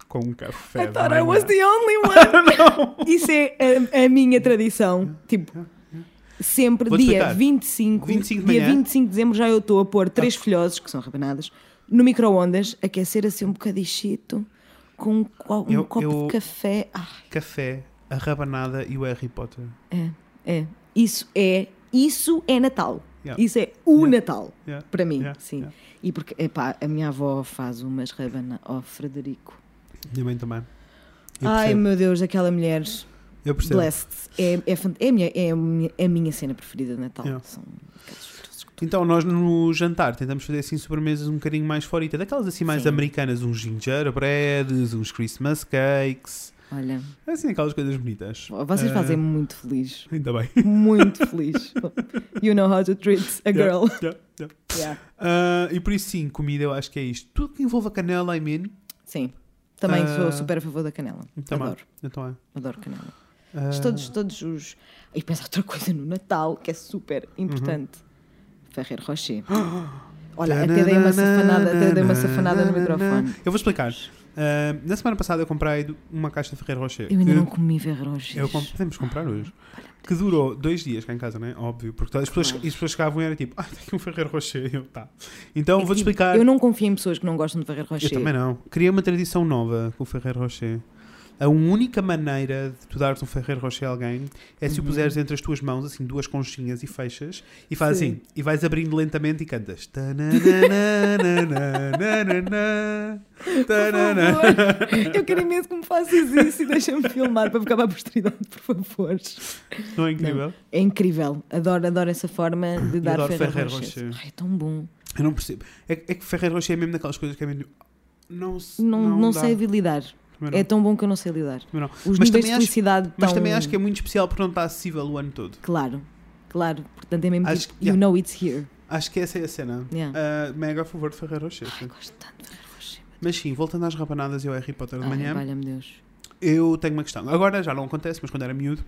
S2: Com um café.
S1: I
S2: de
S1: thought I
S2: manhã.
S1: was the only one. Isso é a, a minha tradição. Tipo, sempre
S2: Vou-te
S1: dia
S2: explicar.
S1: 25,
S2: 25 de
S1: dia
S2: manhã. Tá.
S1: 25 de dezembro já eu estou a pôr três folhosos, que são rabanadas, no micro-ondas, aquecer assim um bocadichito, com um, co- um
S2: Eu-
S1: copo
S2: eu-
S1: de café. Ah, Ai,
S2: Café, a rabanada e o Harry Potter.
S1: É. Isso é, isso é Natal.
S2: Yeah.
S1: Isso é o Natal.
S2: Yeah.
S1: Para mim,
S2: Yeah,
S1: sim.
S2: yeah.
S1: E porque, epá, a minha avó faz umas rabana. Oh, Frederico.
S2: Minha mãe também. Eu
S1: Ai,
S2: percebo.
S1: meu Deus, aquela mulher.
S2: eu percebo.
S1: Blessed. É, é, fan- é, a minha, é, a minha, é a minha cena preferida de Natal.
S2: Yeah.
S1: São aqueles doces que-
S2: Então, nós no jantar tentamos fazer assim sobremesas um bocadinho mais forita, daquelas assim mais
S1: Sim.
S2: americanas, uns gingerbreads, uns Christmas cakes,
S1: Olha,
S2: assim aquelas coisas bonitas.
S1: vocês
S2: Ah,
S1: fazem-me muito feliz.
S2: Ainda bem.
S1: Muito feliz. You know how to treat a girl.
S2: Yeah, yeah.
S1: Yeah.
S2: Ah, e por isso, sim, comida eu acho que é isto. Tudo que envolva canela, I mean.
S1: Sim. Também
S2: Ah.
S1: sou super a favor da canela.
S2: Também.
S1: Adoro.
S2: Então é.
S1: Adoro canela.
S2: Ah,
S1: Todos, todos os. E pensa outra coisa no Natal que é super importante. Ferreiro
S2: Ah,
S1: Rocher. Olha, até dei uma safanada, até dei uma safanada no microfone.
S2: Eu vou explicar. Ah, na semana passada eu comprei do- uma caixa de Ferreiro Rocher.
S1: Eu ainda
S2: que
S1: não comi verroches.
S2: eu Então, comp- Podemos comprar hoje. Que durou dois dias cá em casa, né? Óbvio. Porque as pessoas, e as pessoas chegavam e era tipo, ah, tem aqui um Ferreiro Rocher. Eu, tá. Então
S1: É
S2: vou-te
S1: que
S2: explicar.
S1: Eu não confio em pessoas que não gostam de Ferreiro
S2: Eu
S1: Rocher.
S2: também não. Criei uma tradição nova com o Ferreiro Rocher. A única maneira de tu dares um Ferreiro Rocher a alguém é se o
S1: Uhum.
S2: puseres entre as tuas mãos, assim, duas conchinhas e fechas, e faz
S1: Sim.
S2: assim, e vais abrindo lentamente e cantas. Tananana, tananana.
S1: Por favor. Eu quero imenso que me faças isso e deixa-me filmar para ficar para a posteridade, por favor.
S2: Não é incrível?
S1: É incrível. Adoro, adoro essa forma de dar
S2: adoro
S1: Ferreiro,
S2: Ferrero
S1: Rocher.
S2: Rocher.
S1: Ai, é tão bom.
S2: Eu não percebo. É, é que Ferreiro Rocher é mesmo daquelas coisas que é mesmo. Não, se-
S1: Não, não,
S2: dá.
S1: sei lidar.
S2: Também não.
S1: É tão bom que eu não sei lidar.
S2: Também não.
S1: Os
S2: Mas
S1: níveis
S2: também
S1: de
S2: acho-
S1: felicidade
S2: Mas
S1: tão-
S2: também acho que é muito especial porque não está acessível o ano todo.
S1: Claro, claro. Portanto, é mesmo
S2: Acho
S1: tipo,
S2: que-
S1: you
S2: yeah.
S1: know it's here.
S2: Acho que essa é a cena.
S1: Yeah.
S2: Ah, mega a favor de Ferreiro Rocher. sim.
S1: Ai, gosto tanto de Ferreiro Rocher.
S2: Mas sim, voltando às rapanadas e ao Harry Potter de
S1: Ai,
S2: manhã,
S1: valha-me Deus.
S2: eu tenho uma questão. Agora já não acontece, mas quando era miúdo,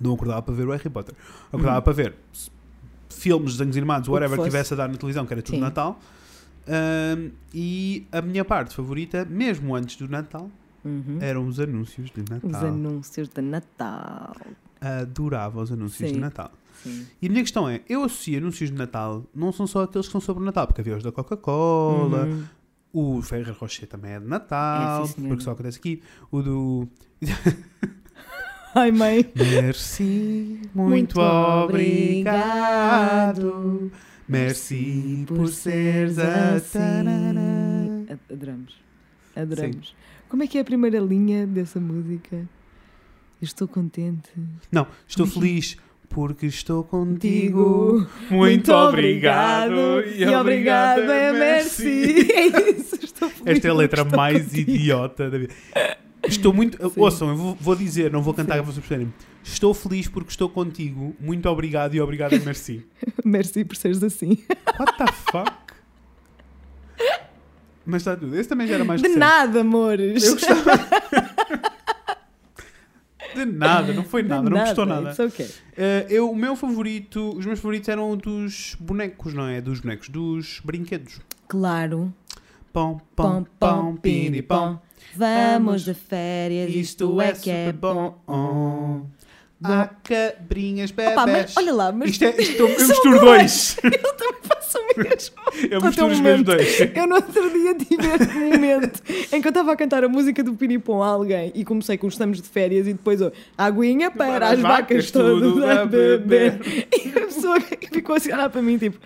S2: não acordava para ver o Harry Potter. Acordava para ver s- filmes, desenhos animados,
S1: Hum. O que
S2: whatever que
S1: fosse.
S2: tivesse a dar na televisão, que era tudo
S1: Sim.
S2: Natal. Ahm, e a minha parte favorita, mesmo antes do Natal,
S1: Uhum.
S2: eram os anúncios de É Natal.
S1: Os anúncios de Natal.
S2: Adorava os anúncios
S1: Sim.
S2: de Natal.
S1: Sim.
S2: E a minha questão é, eu associo anúncios de Natal, não são só aqueles que são sobre o Natal, porque havia os da Coca-Cola,
S1: Uhum.
S2: O Ferreiro Rocher também é de Natal,
S1: É, sim, senhora.
S2: porque só acontece aqui. O do
S1: Ai, mãe.
S2: Merci, muito,
S1: Muito
S2: obrigado.
S1: obrigado.
S2: Merci por seres assim.
S1: A- Adoramos. Adoramos. Como é que é a primeira linha dessa música? Eu estou contente.
S2: Não, estou feliz porque estou contigo. Muito, obrigado.
S1: E obrigado é merci. É isso, estou feliz.
S2: Esta é a letra
S1: estou
S2: mais
S1: contigo.
S2: idiota da vida. Estou muito.
S1: Sim.
S2: Ouçam, eu vou, vou dizer, não vou cantar para vocês perceberem. Estou feliz porque estou contigo. Muito obrigado e obrigado é merci.
S1: Merci por seres assim.
S2: What the fuck? Mas está tudo. Esse também já era mais
S1: De
S2: recente.
S1: nada, amores.
S2: Eu gostava. De nada, não foi
S1: De
S2: nada, não gostou nada.
S1: It's okay.
S2: Eh, eu, o meu favorito, os meus favoritos eram dos bonecos, não é? Dos bonecos, dos brinquedos.
S1: Claro.
S2: Pão, pão,
S1: Pão,
S2: pão,
S1: pão,
S2: pini, pão.
S1: piripão. Vamos de férias,
S2: Isto é super bom. Há cabrinhas bebés.
S1: Ah. Opa, mas olha lá, mas
S2: Isto é, isto, eu
S1: São
S2: misturo dois.
S1: eu também faço o mesmo.
S2: Eu
S1: Até o
S2: misturo os meus
S1: um momento.
S2: dois.
S1: Eu no outro dia tive esse momento em que eu estava a cantar a música do Piripom a alguém e comecei com os estamos de férias e depois oh, aguinha para,
S2: Para
S1: as
S2: as vacas,
S1: vacas
S2: tudo
S1: todas
S2: a
S1: a
S2: beber.
S1: beber. E a pessoa que ficou assim a olhar para mim tipo,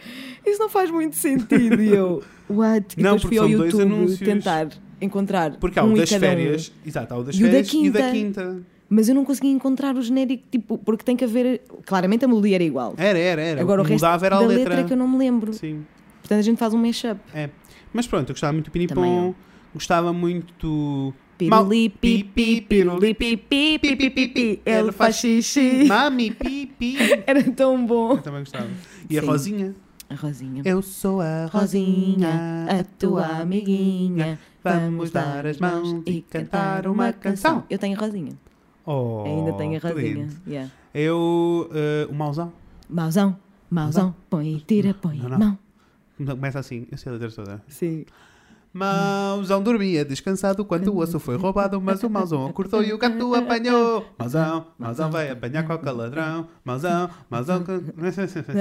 S1: isso não faz muito sentido. E eu, what? E
S2: Não,
S1: depois
S2: porque
S1: fui ao
S2: são dois
S1: YouTube
S2: anúncios.
S1: tentar encontrar
S2: Porque há
S1: um
S2: o
S1: e
S2: das
S1: cada um.
S2: férias, exato, há o das
S1: E o da
S2: férias e da
S1: quinta.
S2: quinta.
S1: Mas eu não consegui encontrar o genérico, tipo, porque tem que haver. Claramente a melodia era igual.
S2: Era, era, era.
S1: Agora o
S2: que
S1: resto
S2: mudava era a
S1: da é
S2: letra.
S1: que eu não me lembro.
S2: Sim,
S1: Portanto, a gente faz um mashup.
S2: é. Mas pronto, eu gostava muito do
S1: Também
S2: Pinipom,
S1: eu.
S2: gostava muito do. Mal-
S1: Piruli, pi, pi, piruli, pi, pi, pi, pi, pi, pi. Ele faz xixi.
S2: Mami, pipi.
S1: Era tão bom.
S2: Eu também gostava. E a
S1: Sim.
S2: Rosinha?
S1: A Rosinha.
S2: Eu sou a
S1: Rosinha,
S2: Rosinha,
S1: a tua amiguinha.
S2: Vamos dar as mãos e cantar uma canção.
S1: Eu tenho a Rosinha.
S2: Oh,
S1: Ainda tenho a
S2: que
S1: Rosinha.
S2: lindo.
S1: Yeah.
S2: Eu. eh, o Mauzão.
S1: Mauzão, mauzão, põe, tira, põe,
S2: Não, não.
S1: mão.
S2: Começa assim, eu sei a letra toda.
S1: Sim.
S2: Mauzão dormia descansado quando o osso foi roubado, mas o Mauzão acordou e o gato apanhou. Mauzão, Mauzão vai apanhar qualquer ladrão. Mauzão, Mauzão. é-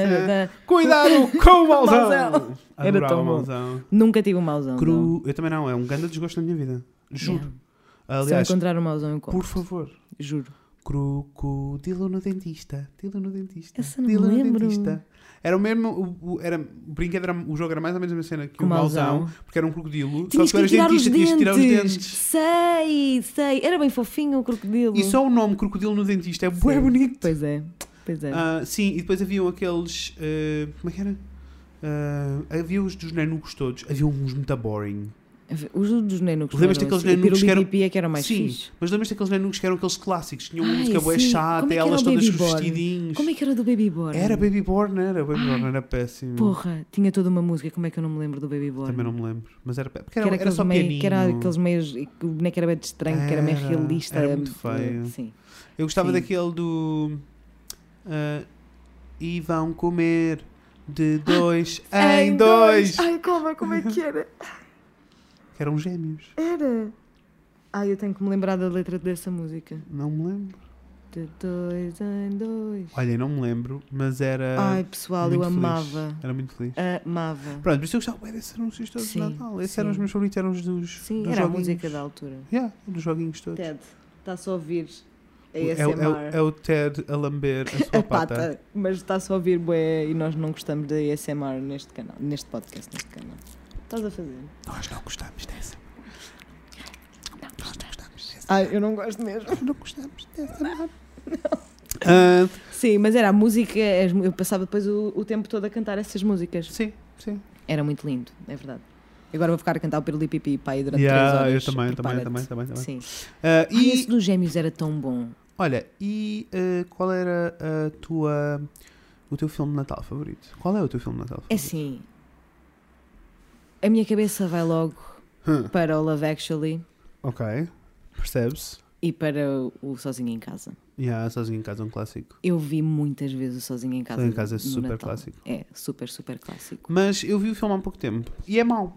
S2: Cuidado com o Mauzão!
S1: Mauzão. Era
S2: Adorava
S1: tão
S2: o
S1: bom.
S2: Mauzão.
S1: Nunca tive um mauzão. não.
S2: Cru. Eu também não, é um grande desgosto na minha vida. Juro.
S1: Yeah.
S2: Aliás,
S1: Se eu encontrar um mauzão, eu compro.
S2: por favor.
S1: Juro.
S2: Crocodilo no dentista, dilo no dentista,
S1: Essa não
S2: dilo no
S1: lembro.
S2: dentista. Era o mesmo, o, o- era, o brinquedo, era, o jogo era mais ou menos a mesma cena que
S1: Que
S2: o
S1: o
S2: mauzão,
S1: mauzão.
S2: porque era um crocodilo,
S1: Tinhas
S2: só que
S1: que
S2: tu
S1: tirar
S2: eras
S1: os
S2: dentista, tinhas que tirar os dentes.
S1: Sei, sei. Era bem fofinho o crocodilo.
S2: E só o nome crocodilo no dentista é bué
S1: Sim.
S2: bonito.
S1: Pois é, pois é.
S2: Ah, sim, e depois haviam aqueles, ah, como é que era? Ah, havia os dos nanucos todos, havia uns muito boring.
S1: Os dos nenucos.
S2: Lembras-te
S1: não eram
S2: daqueles
S1: assim.
S2: nenucos que eram-
S1: O Pirulipipi é que era mais
S2: sim,
S1: fixe.
S2: mas lembras daqueles nanucos que eram aqueles clássicos, tinham uma
S1: Ai,
S2: música bué
S1: sim.
S2: chata,
S1: Como é que era
S2: elas
S1: o
S2: todas
S1: Baby
S2: com os
S1: Born?
S2: vestidinhos.
S1: Como é que era do Baby Born?
S2: Era Baby Born, era Baby Born, era péssimo.
S1: Porra, tinha toda uma música. Como é que eu não me lembro do Baby Born?
S2: Também não me lembro. Mas era, porque
S1: Que
S2: era,
S1: era,
S2: era,
S1: aqueles
S2: só
S1: meio,
S2: pianinho.
S1: que era aqueles meios. e que O boneco era bem estranho, que era meio
S2: Era,
S1: realista.
S2: era muito feio.
S1: Sim.
S2: Eu gostava
S1: Sim.
S2: daquele do. ah, e vão comer de dois em dois.
S1: Ai, como, como é que era?
S2: Que eram gêmeos.
S1: Era. Ai, eu tenho que me lembrar da letra dessa música.
S2: Não me lembro.
S1: De dois em dois.
S2: Olha, não me lembro, mas era.
S1: Ai, pessoal, eu
S2: É, muito feliz.
S1: amava.
S2: Era muito feliz.
S1: Amava.
S2: Pronto, por isso eu gostava bué desses anúncios todos de
S1: Sim,
S2: Natal. Esses
S1: sim.
S2: eram os meus favoritos, eram os dos.
S1: Sim,
S2: dos
S1: era a
S2: joguinhos.
S1: música da altura.
S2: Yeah, dos joguinhos todos.
S1: Ted, está-se a ouvir a
S2: É, o- é o-
S1: ASMR.
S2: é o Ted a lamber a sua
S1: a
S2: pata.
S1: pata, É tá, mas está-se a ouvir bué e nós não gostamos da ASMR neste canal, neste podcast, neste canal. Estás a fazer?
S2: Nós não gostamos dessa. Nós Ah, não gostamos dessa.
S1: Ai, eu não gosto mesmo.
S2: Nós não gostamos dessa. Ah,
S1: Sim, mas era a música, as mu- eu passava depois o, o tempo todo a cantar essas músicas.
S2: sim, sim.
S1: Era muito lindo, é verdade. E Agora vou ficar a cantar o Pirlipipi Pai durante três
S2: Yeah, eu
S1: horas.
S2: também, também,
S1: Prepara-te.
S2: também, também, também.
S1: Sim.
S2: Ah,
S1: Ai,
S2: e
S1: esse dos gêmeos era tão bom.
S2: Olha, e eh, qual era a tua, o teu filme de Natal favorito? Qual é o teu filme de Natal favorito?
S1: É assim. A minha cabeça vai logo
S2: Hum,
S1: para o Love Actually
S2: ok, percebes?
S1: e para o Sozinho em Casa.
S2: Yeah, sozinho em casa é um clássico.
S1: Eu vi muitas vezes o Sozinho em Casa.
S2: Sozinho em Casa é
S1: no
S2: super
S1: Natal.
S2: clássico.
S1: É, super, super clássico.
S2: Mas eu vi o filme há pouco tempo e é mau.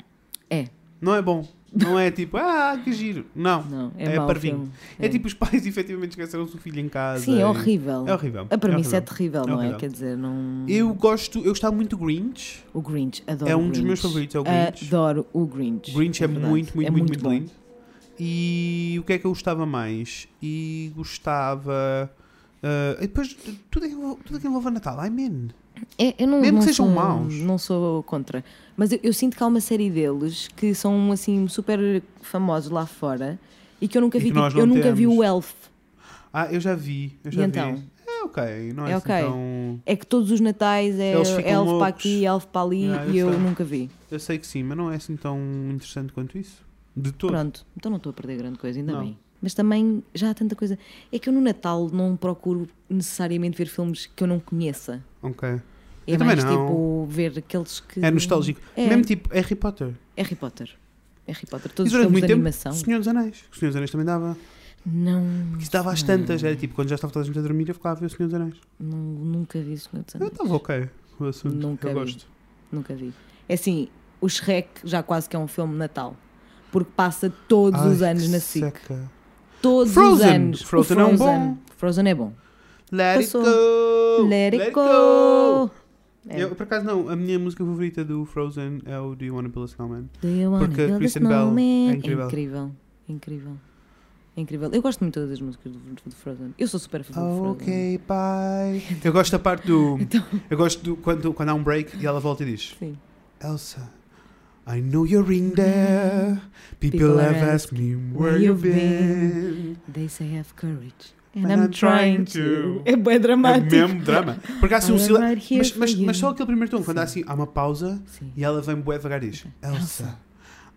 S1: É.
S2: Não é bom. Não é tipo, ah, que giro. Não.
S1: Não, é,
S2: É
S1: mau o
S2: parvinho.
S1: filme.
S2: É, tipo os pais efetivamente esqueceram-se do filho em casa.
S1: Sim,
S2: e-
S1: é horrível.
S2: É horrível.
S1: A premissa
S2: é
S1: é, terrível, não é?
S2: horrível.
S1: Quer dizer, não.
S2: Eu gosto, eu gostava muito do Grinch.
S1: O Grinch, adoro.
S2: é
S1: o
S2: um dos
S1: Grinch.
S2: meus favoritos, é o Grinch.
S1: Adoro o Grinch.
S2: Grinch é
S1: verdade.
S2: muito, muito,
S1: É
S2: muito, muito,
S1: bom.
S2: lindo. E o que é que eu gostava mais? E gostava. ah, e depois, tudo é que envolve- tudo é que envolve Natal, I mean.
S1: É, eu não,
S2: Mesmo que
S1: não
S2: sejam
S1: sou,
S2: maus.
S1: Não sou contra. Mas eu, eu sinto que há uma série deles que são assim super famosos lá fora e que eu nunca
S2: E
S1: vi.
S2: que nós
S1: tipo, eu
S2: não
S1: nunca vi
S2: temos.
S1: o Elf.
S2: Ah, eu já vi, eu
S1: E
S2: já vi.
S1: então?
S2: É ok, não é,
S1: É
S2: assim
S1: ok.
S2: tão-
S1: É que todos os natais é
S2: Eles ficam
S1: Elf para
S2: loucos.
S1: aqui, Elf para ali
S2: Yeah, eu
S1: e eu
S2: sei.
S1: nunca vi.
S2: Eu sei que sim, mas não é assim tão interessante quanto isso. De todo.
S1: Pronto, então não estou a perder grande coisa, ainda
S2: Não.
S1: bem. Mas também já há tanta coisa. É que eu no Natal não procuro necessariamente ver filmes que eu não conheça.
S2: Ok.
S1: É
S2: Eu também
S1: mais
S2: não.
S1: tipo ver aqueles que.
S2: É nostálgico.
S1: É.
S2: Mesmo tipo Harry Potter.
S1: Harry Potter. É Harry Potter.
S2: E
S1: Todos os
S2: durante
S1: filmes
S2: muito
S1: de
S2: tempo,
S1: animação.
S2: Senhor dos Anéis. O Senhor dos Anéis também dava.
S1: Não,
S2: Porque isso dava às tantas. Era tipo, quando já estava toda a gente a dormir, eu ficava a ver o Senhor dos Anéis.
S1: não, nunca vi Senhor dos
S2: Eu
S1: Anéis.
S2: estava ok com o assunto.
S1: Nunca
S2: eu
S1: vi.
S2: gosto.
S1: Nunca vi. É assim, o Shrek já quase que é um filme de Natal. Porque passa todos os
S2: Ai,
S1: anos
S2: que
S1: na SIC.
S2: seca.
S1: Todos os
S2: Frozen.
S1: anos. O
S2: Frozen é um
S1: Frozen. Frozen é bom.
S2: Let
S1: Passou.
S2: it go!
S1: Let it go! É.
S2: Eu, por acaso não, a minha música favorita do Frozen é o Do You Wanna Build a Snowman?
S1: Do you wanna
S2: Porque a
S1: build a
S2: Kristen Bell
S1: snowman?
S2: é incrível.
S1: incrível. Incrível. É incrível. Eu gosto muito das músicas do, do- do Frozen. Eu sou super fã do Frozen.
S2: Oh, Ok, bye. Eu gosto da parte do.
S1: Então.
S2: Eu gosto do, quando, quando há um break e ela volta e diz:
S1: Sim.
S2: Elsa, I know you're in there. People,
S1: Uhum. People
S2: have
S1: are
S2: asked me where you've been.
S1: They say I have courage. And
S2: But
S1: I'm,
S2: I'm trying
S1: trying to.
S2: to.
S1: É bem
S2: É
S1: dramático.
S2: mesmo drama. Porque há assim um
S1: I'm
S2: silêncio.
S1: right here
S2: mas,
S1: for
S2: mas-
S1: you.
S2: mas só aquele primeiro tom, quando há
S1: Sim.
S2: assim, há uma pausa
S1: Sim.
S2: E ela vem bué devagar e diz
S1: Elsa,
S2: Elsa,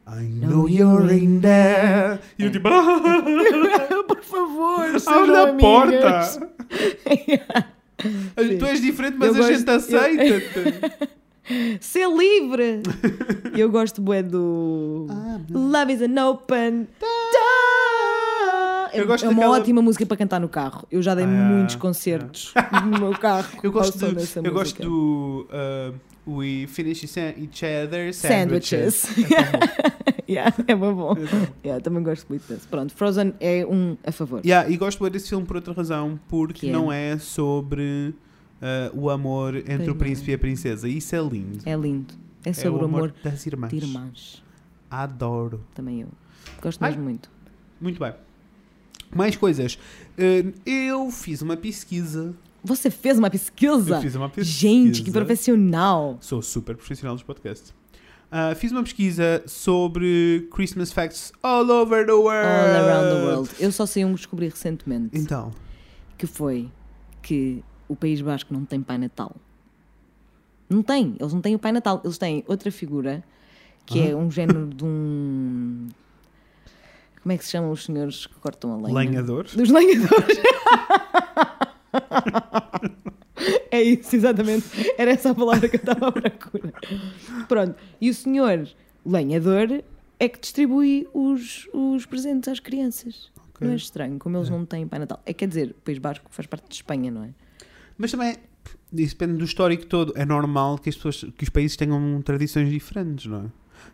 S2: I know you're in there E eu tipo ah,
S1: Por favor, sejam
S2: Abre a
S1: amigas.
S2: porta Tu és diferente mas
S1: Eu
S2: a gente
S1: gosto- eu-
S2: aceita-te
S1: Ser livre! Eu gosto bué do.
S2: Ah.
S1: Love is an open door.
S2: Eu gosto
S1: é uma
S2: daquela-
S1: ótima música para cantar no carro. Eu já dei
S2: Ah,
S1: muitos
S2: é.
S1: concertos no meu carro.
S2: Eu gosto,
S1: ao som
S2: do,
S1: dessa
S2: eu gosto
S1: música.
S2: do ah, We finish san- each other
S1: Sandwiches.
S2: sandwiches, É tão bom.
S1: Yeah, é bem bom. Yeah, também gosto muito desse. Pronto, Frozen é um a favor.
S2: Yeah, e gosto bué desse filme por outra razão, porque
S1: Que é?
S2: não é sobre ah, o amor entre
S1: Pois
S2: o
S1: não.
S2: príncipe e a princesa. Isso é lindo.
S1: É lindo. É sobre
S2: o
S1: o amor
S2: das irmãs.
S1: de irmãs.
S2: Adoro.
S1: Também eu. Gosto
S2: Ai.
S1: mesmo muito.
S2: Muito bem. Mais coisas. Uh, Eu fiz uma pesquisa.
S1: Você fez uma pesquisa?
S2: Eu fiz uma pesquisa.
S1: Gente, que profissional!
S2: Sou super profissional dos podcasts. Uh, fiz uma pesquisa sobre Christmas facts all over the world.
S1: All around the world. Eu só sei um que descobri recentemente,
S2: Então,
S1: que foi que o País Basco não tem Pai Natal. Não tem, eles não têm o Pai Natal, eles têm outra figura que é um género de um. Como é que se chamam os senhores que cortam a lenha?
S2: lenhador.
S1: Dos lenhadores. é isso, exatamente. Era essa a palavra que eu estava à procura. Pronto. E o senhor lenhador é que distribui os, os presentes às crianças.
S2: Ok.
S1: Não é estranho, como eles não têm Pai Natal. É quer dizer, o País Basco faz parte de Espanha, não é?
S2: Mas também, isso depende do histórico todo. É normal que, as pessoas, que os países tenham tradições diferentes, não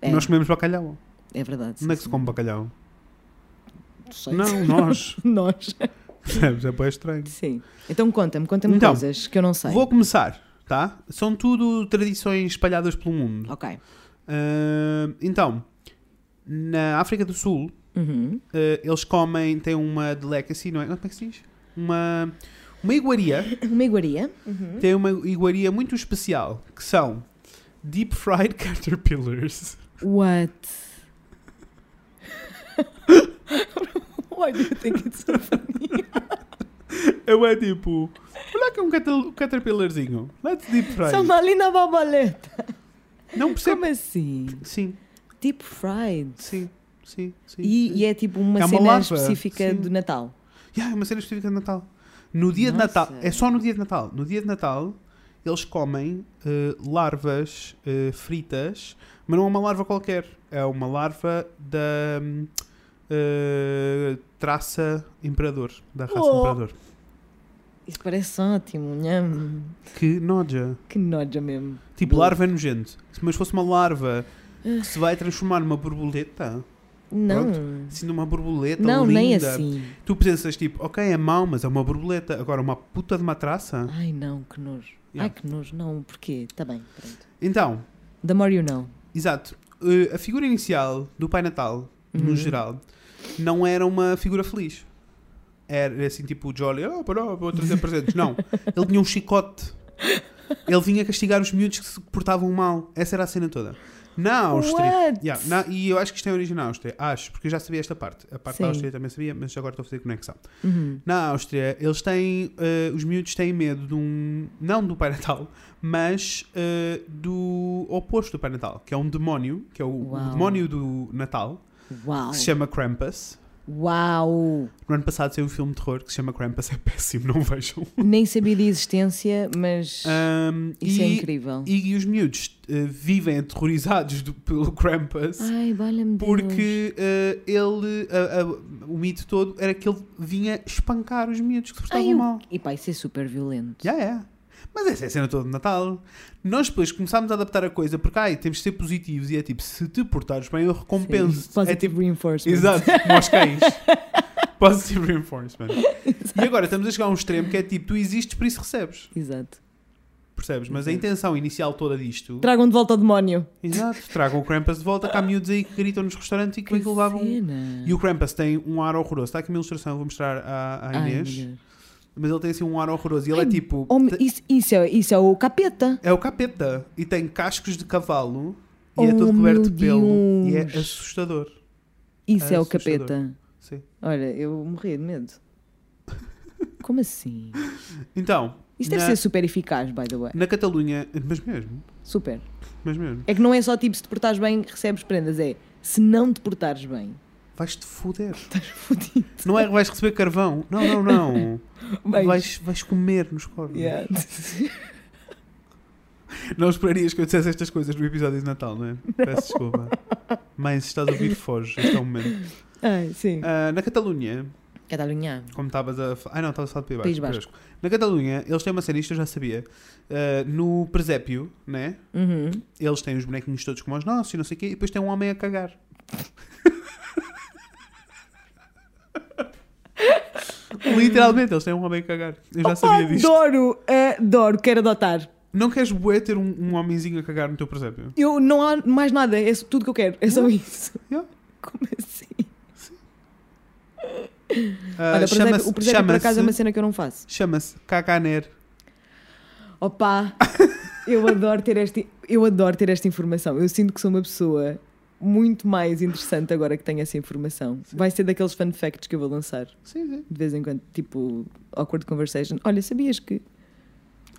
S2: é?
S1: É.
S2: Nós comemos bacalhau.
S1: É verdade. sim,
S2: Onde é que se
S1: sim.
S2: come bacalhau?
S1: Não sei.
S2: Não, nós.
S1: Nós.
S2: Percebes? É bem estranho.
S1: Sim. Então conta-me, conta-me
S2: Então,
S1: coisas que eu não sei.
S2: Vou começar, tá? São tudo tradições espalhadas pelo mundo.
S1: Ok.
S2: Ah, então, na África do Sul,
S1: Uhum.
S2: ah, eles comem, têm uma delicacy, não é? Como é que se diz? Uma, uma iguaria.
S1: Uma iguaria.
S2: Tem uma iguaria muito especial, que são deep fried caterpillars.
S1: What? Why do you think it's so
S2: É
S1: funny?
S2: Eu é tipo, olha que é um catel- caterpillarzinho. Let's deep fry.
S1: São uma linda borboleta.
S2: Não percebo.
S1: Como assim?
S2: Sim,
S1: Deep fried.
S2: sim, sim, sim.
S1: E,
S2: sim.
S1: e é tipo uma
S2: É uma
S1: cena
S2: larva,
S1: específica
S2: sim.
S1: do Natal.
S2: Yeah, é uma cena específica de Natal. No dia de
S1: Nossa.
S2: Natal, é só no dia de Natal. No dia de Natal, eles comem eh, larvas eh, fritas, mas não é uma larva qualquer. É uma larva da hum, eh, traça imperador, da raça
S1: Oh.
S2: imperador.
S1: Isso parece ótimo. nham.
S2: Que noja.
S1: Que noja mesmo.
S2: Tipo,
S1: Boa.
S2: larva é nojento. Mas fosse uma larva que se vai transformar numa borboleta,
S1: Não.
S2: assim, numa borboleta
S1: Não,
S2: linda.
S1: nem assim.
S2: Tu pensas, tipo, ok, é mau, mas é uma borboleta. Agora, uma puta de uma traça.
S1: Ai não, que nojo.
S2: Yeah.
S1: Ai que nojo, não, porquê? Tá bem, pronto.
S2: Então,
S1: The more you know.
S2: exato. Eh, a figura inicial do Pai Natal,
S1: Uhum.
S2: no geral, não era uma figura feliz. Era assim, tipo, o Jolly, oh, parou, vou trazer presentes. Não. Ele tinha um chicote. Ele vinha castigar os miúdos que se portavam mal. Essa era a cena toda. Na Áustria.
S1: What?
S2: Ah, um Yeah, na- e eu acho que isto tem origem na Áustria, acho, porque eu já sabia esta parte. A parte
S1: Sim.
S2: da Áustria também sabia, mas agora estou a fazer conexão.
S1: Uhum.
S2: Na Áustria, eles têm. eh, os miúdos têm medo de um. Não do Pai Natal, mas eh, do oposto do Pai Natal, que é um demónio, que é o, o
S1: Uau.
S2: demónio do Natal,
S1: Uau.
S2: que se é- chama Krampus.
S1: Uau.
S2: No ano passado saiu um filme de terror que se chama Krampus, é péssimo, não vejam.
S1: Nem sabia da existência, mas
S2: Ahm,
S1: isso
S2: Ah, e,
S1: é incrível.
S2: E, os miúdos eh, vivem aterrorizados do- pelo Krampus.
S1: Ai, valha-me Deus.
S2: Porque eh, ele, a- a- o mito todo era que ele vinha espancar os miúdos que se portavam
S1: Ai, eu-
S2: mal.
S1: E pá, isso é super violento.
S2: Já é. Mas essa é a cena toda de Natal. Nós depois começámos a adaptar a coisa porque ai, temos de ser positivos e é tipo, se te portares bem, eu
S1: Sim.
S2: recompenso. É
S1: Positive
S2: tipo,
S1: reinforcement.
S2: exato, nós cães. Positive reinforcement. E agora estamos a chegar a um extremo que é tipo, tu existes, por isso recebes.
S1: Exato.
S2: Percebes? Mas a
S1: Exato.
S2: intenção inicial toda disto.
S1: Tragam de volta ao demónio.
S2: Exato, tragam o Krampus de volta, cá há miúdos aí que gritam nos restaurantes e que, que levavam
S1: cena.
S2: e o Krampus tem um ar horroroso. Está aqui uma ilustração, vou mostrar à, à
S1: Ai,
S2: Inês.
S1: meu Deus.
S2: mas ele tem assim um ar horroroso. E ele
S1: Ai,
S2: é tipo.
S1: Homem,
S2: te-
S1: isso, isso é, isso é o capeta.
S2: É o capeta. E tem cascos de cavalo. E é
S1: Oh,
S2: todo coberto de
S1: meu
S2: pelo. E é
S1: Deus.
S2: assustador.
S1: Isso é,
S2: É
S1: o
S2: assustador.
S1: capeta.
S2: Sim.
S1: Olha, eu morri de medo. Como assim?
S2: Então,
S1: Isto deve
S2: Na-
S1: ser super eficaz, by the way.
S2: na Catalunha. Mas mesmo.
S1: Super.
S2: Mas mesmo.
S1: É que não é só tipo se te portares bem, recebes prendas. É se não te portares bem,
S2: Vais-te foder.
S1: estás fodido.
S2: Não é que vais receber carvão. Não, não, não.
S1: Vais-
S2: Vais, vais comer nos corvos.
S1: Yeah.
S2: Não esperarias que eu dissesse estas coisas no episódio de Natal, não é? Peço desculpa. Mas se estás a ouvir, foge. Este é o momento.
S1: Ai, sim.
S2: Ah, na Catalunha,
S1: Catalunha.
S2: Como estavas a falar. Ah, não, estavas a falar de
S1: País
S2: País
S1: Basco.
S2: Basco. Na Catalunha, eles têm uma cena, isto eu já sabia. eh, no presépio, né?
S1: Uhum.
S2: Eles têm os bonequinhos todos como os nossos e não sei o quê, e depois tem um homem a cagar. Literalmente, eles têm um homem a cagar. Eu
S1: Oh,
S2: já sabia disto.
S1: Adoro, adoro, quero adotar.
S2: Não queres bué ter um, um homenzinho a cagar no teu presépio?
S1: Eu não há mais nada, é tudo que eu quero, é
S2: Uhum.
S1: só isso.
S2: Yeah.
S1: Como assim?
S2: Ah,
S1: Olha, por exemplo,
S2: chama-se-
S1: o presépio por acaso é uma
S2: Chama-se
S1: cena que eu não faço.
S2: chama-se caganer.
S1: Opa, eu adoro ter esta, eu adoro ter esta informação. Eu sinto que sou uma pessoa muito mais interessante agora que tenho essa informação. Vai ser daqueles fun facts que eu vou lançar
S2: Sim, sim.
S1: de vez em quando, tipo awkward conversation. Olha, sabias que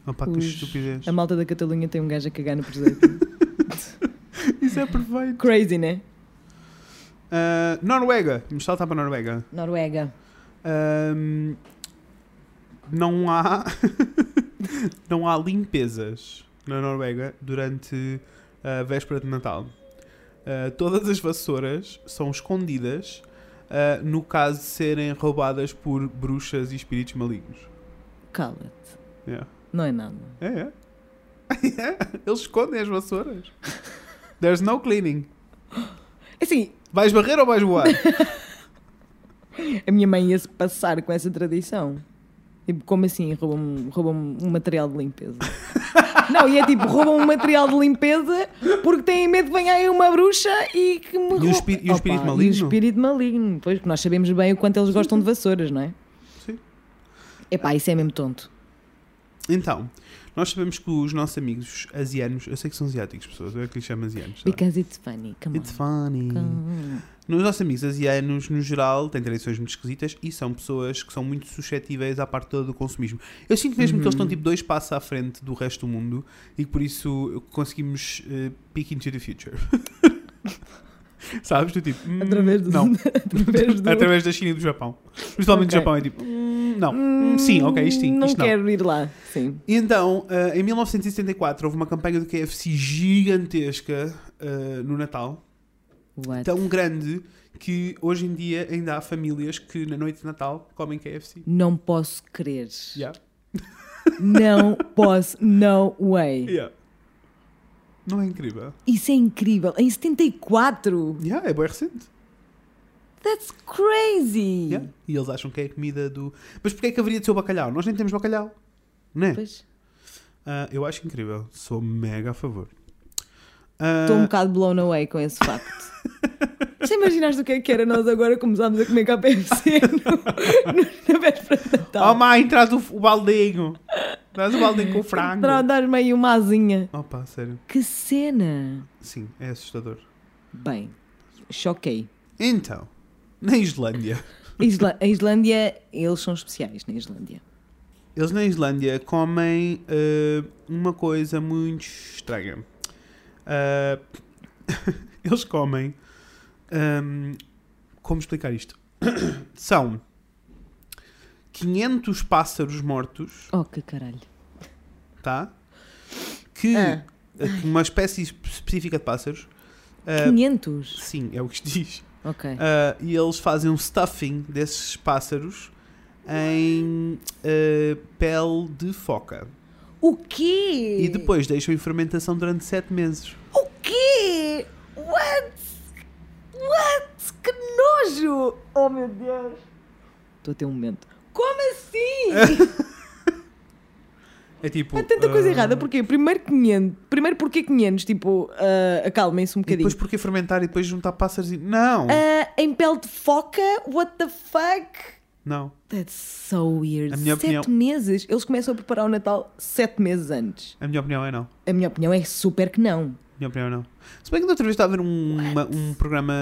S2: Opa, Oh, que
S1: Os- é
S2: estupidez.
S1: a malta da Catalunha tem um gajo a cagar no presépio?
S2: Isso é perfeito.
S1: Crazy, né?
S2: Ah, Noruega. Vamos saltar para a Noruega.
S1: Noruega.
S2: Ahm, não há não há limpezas na Noruega durante a véspera de Natal. Ah, todas as vassouras são escondidas ah, no caso de serem roubadas por bruxas e espíritos malignos.
S1: Cala-te.
S2: Yeah.
S1: Não é nada.
S2: É, é. Eles escondem as vassouras. There's no cleaning.
S1: Assim,
S2: Vais barrer ou vais voar?
S1: A minha mãe ia-se passar com essa tradição. Tipo, como assim? Roubam-me roubam um material de limpeza. não, e é tipo, roubam um material de limpeza porque têm medo de venha aí uma bruxa e que me roube.
S2: espi- e o espírito
S1: Opa, E
S2: maligno?
S1: o espírito maligno. Pois, que nós sabemos bem o quanto eles gostam de vassouras, não é?
S2: Sim.
S1: Epá, isso é mesmo tonto.
S2: Então, nós sabemos que os nossos amigos asianos, eu sei que são asiáticos, pessoas, eu é que lhes chamo asianos. sabe?
S1: Because it's funny, come
S2: It's
S1: on.
S2: funny.
S1: Come
S2: Nos nossos amigos asianos, no geral, têm tradições muito esquisitas e são pessoas que são muito suscetíveis à parte toda do consumismo. Eu sinto mesmo que eles
S1: Uhum.
S2: estão tipo dois passos à frente do resto do mundo e que por isso conseguimos eh, peek into the future. Sabes? Do tipo, hum,
S1: on. Através do...
S2: não.
S1: Através do...
S2: Através da China e do Japão. Principalmente
S1: Ok.
S2: do Japão é tipo, hum, não. Hum, sim, ok, isto sim,
S1: Não
S2: isto não.
S1: quero ir lá, sim.
S2: E então, eh, em 1974, houve uma campanha do KFC gigantesca eh, no Natal
S1: What?
S2: tão grande que hoje em dia ainda há famílias que na noite de Natal comem KFC.
S1: Não posso crer.
S2: Yeah.
S1: Não posso, no way.
S2: Yeah. Não é incrível?
S1: Isso é incrível. Em 74?
S2: Yeah, é bem recente.
S1: That's crazy.
S2: Yeah. E eles acham que é comida do. Mas porquê é que haveria de ser o bacalhau? Nós nem temos bacalhau. Né?
S1: Pois.
S2: Ah, eu acho incrível. Sou mega a favor.
S1: Estou um
S2: Ah,
S1: bocado blown away com esse facto. Já imaginaste o que é que era nós agora começámos a comer KPFC no, no, na véspera de
S2: oh,
S1: Natal?
S2: mãe, traz o, o baldinho. Traz o baldinho com o frango.
S1: Para dar-me aí uma asinha.
S2: Opa, sério.
S1: Que cena.
S2: Sim, é assustador.
S1: Bem, choquei.
S2: Então, na Islândia.
S1: Isla- a Islândia, eles são especiais na Islândia.
S2: Eles na Islândia comem eh, uma coisa muito estranha. Ah, eles comem. ahm, como explicar isto? São 500 pássaros mortos,
S1: Oh, que caralho.
S2: tá? Que.
S1: Ah.
S2: Uma espécie específica de pássaros. ah,
S1: 500?
S2: sim, é o que se diz.
S1: Ok.
S2: Ah, e eles fazem um stuffing desses pássaros em ah, pele de foca.
S1: O quê?
S2: E depois deixam em fermentação durante 7 meses.
S1: O quê? What? What? Que nojo! Oh meu Deus! Estou a ter um momento. Como assim?
S2: É tipo.
S1: Há tanta coisa
S2: ah,
S1: errada. um Porquê? Primeiro 500. Primeiro porquê 500? Tipo, ah, acalmem-se um
S2: E
S1: bocadinho.
S2: depois porque fermentar e depois juntar pássaros e. Não!
S1: Ah, em pele de foca? What the fuck?
S2: Não.
S1: That's so weird.
S2: A minha
S1: sete
S2: opinião-
S1: meses? Eles começam a preparar o Natal sete meses antes.
S2: A minha opinião é não. A
S1: A minha opinião é super que não.
S2: minha opinião é não. Se bem que da outra vez estava a ver um, uma- um programa.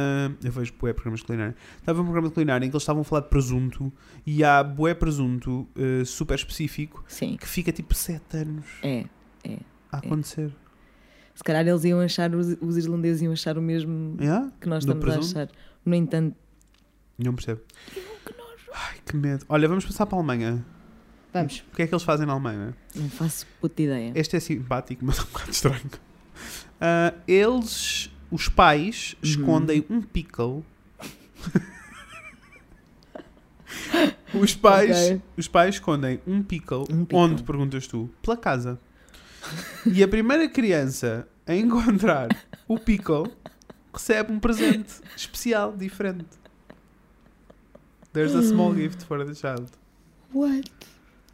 S2: Eu vejo bué programas de culinária. Estava a ver um programa de culinária em que eles estavam a falar de presunto e há bué presunto eh, super específico
S1: Sim.
S2: que fica tipo 7 anos
S1: É.
S2: a acontecer.
S1: Se calhar eles iam achar, os, os irlandeses iam achar o mesmo
S2: Yeah?
S1: que nós
S2: Do
S1: estamos a
S2: presunto?
S1: achar. No entanto,
S2: Não percebo. Ai, que medo. Olha, vamos passar para a Alemanha.
S1: vamos,
S2: O que é que eles fazem na Alemanha?
S1: não faço puta ideia.
S2: Este é simpático, mas é um bocado estranho. Ah, eles, os pais,
S1: Uhum.
S2: escondem um pickle. os, pais,
S1: Ok.
S2: os pais escondem um pickle,
S1: Um pickle.
S2: Onde perguntas tu? Pela casa. E a primeira criança a encontrar o pickle recebe um presente especial, diferente. There's a small gift for the child.
S1: What?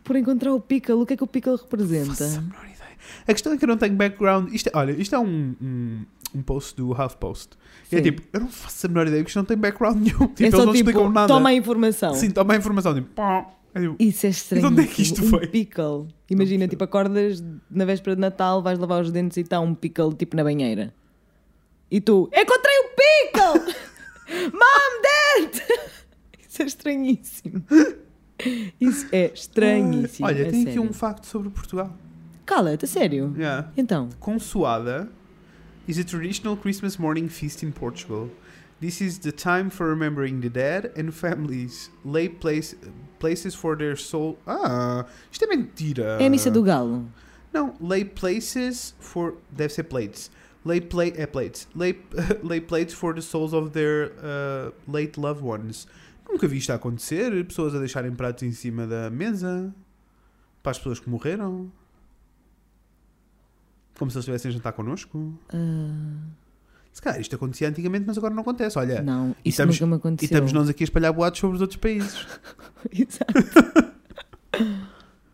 S1: Por encontrar o Piccolo, o que é que o Piccolo representa?
S2: Faço a menor ideia. A questão é que eu não tenho background. Isto é- olha, isto é um, um, um post do HuffPost. E É
S1: Sim.
S2: tipo, eu não faço a menor ideia, porque isto não tem background nenhum. Tipo,
S1: É
S2: eles
S1: só
S2: não
S1: tipo,
S2: explicam nada.
S1: toma a informação.
S2: Sim, toma a informação. Tipo, pá. É tipo,
S1: Isso é estranho.
S2: onde é que isto
S1: um
S2: foi?
S1: Pickle. Imagina, tipo, acordas na véspera de Natal, vais lavar os dentes e está um pickle tipo na banheira. E tu, encontrei o pickle! Mom, dad! Isso é estranhíssimo. Isso é estranhíssimo.
S2: olha,
S1: a
S2: tem aqui
S1: sério.
S2: um facto sobre Portugal.
S1: Cala-te, a sério.
S2: Yeah.
S1: Então,
S2: Consoada is a traditional Christmas morning feast in Portugal. This is the time for remembering the dead and families lay place, places for their soul. Ah, isto é mentira.
S1: é a missa do galo.
S2: Não, lay places for. Deve ser plates. Lay pla é plates. Lay, lay plates for the souls of their uh, late loved ones. Nunca vi isto a acontecer. Pessoas a deixarem pratos em cima da mesa. Para as pessoas que morreram. Como se eles estivessem a jantar connosco.
S1: Ah,
S2: se calhar isto acontecia antigamente, mas agora não acontece. Olha,
S1: Não,
S2: e
S1: isso
S2: estamos-
S1: nunca
S2: e
S1: me aconteceu.
S2: estamos nós aqui a espalhar boatos sobre os outros países.
S1: Exato.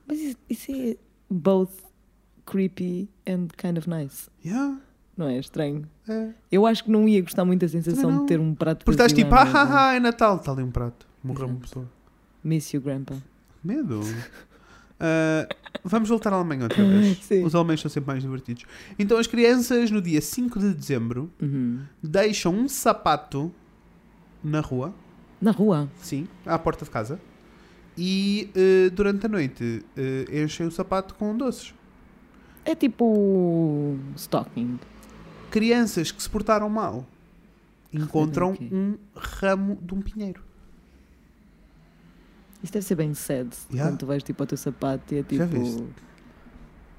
S1: Mas isso, isso é both creepy and kind of nice.
S2: yeah,
S1: Não é estranho?
S2: é.
S1: Eu acho que não ia gostar muito da
S2: Também
S1: sensação
S2: não.
S1: de ter um prato de
S2: Porque estás
S1: cozinha
S2: tipo,
S1: à
S2: ah,
S1: mesa.
S2: ah, ah, é Natal, está ali um prato. Morreu uma
S1: Exato.
S2: pessoa.
S1: Miss you, grandpa.
S2: Medo. Ah, vamos voltar à Alemanha outra vez.
S1: Sim.
S2: Os alemães são sempre mais divertidos. Então, as crianças, no dia 5 de dezembro,
S1: Uhum.
S2: deixam um sapato na rua,
S1: Na rua.
S2: sim, à porta de casa, e eh, durante a noite eh, enchem o sapato com doces.
S1: É tipo stalking.
S2: Crianças que se portaram mal encontram
S1: ok.
S2: um ramo de um pinheiro.
S1: Isso deve ser bem sad.
S2: Yeah.
S1: Quando tu vais tipo ao teu sapato e é tipo.
S2: Já viste?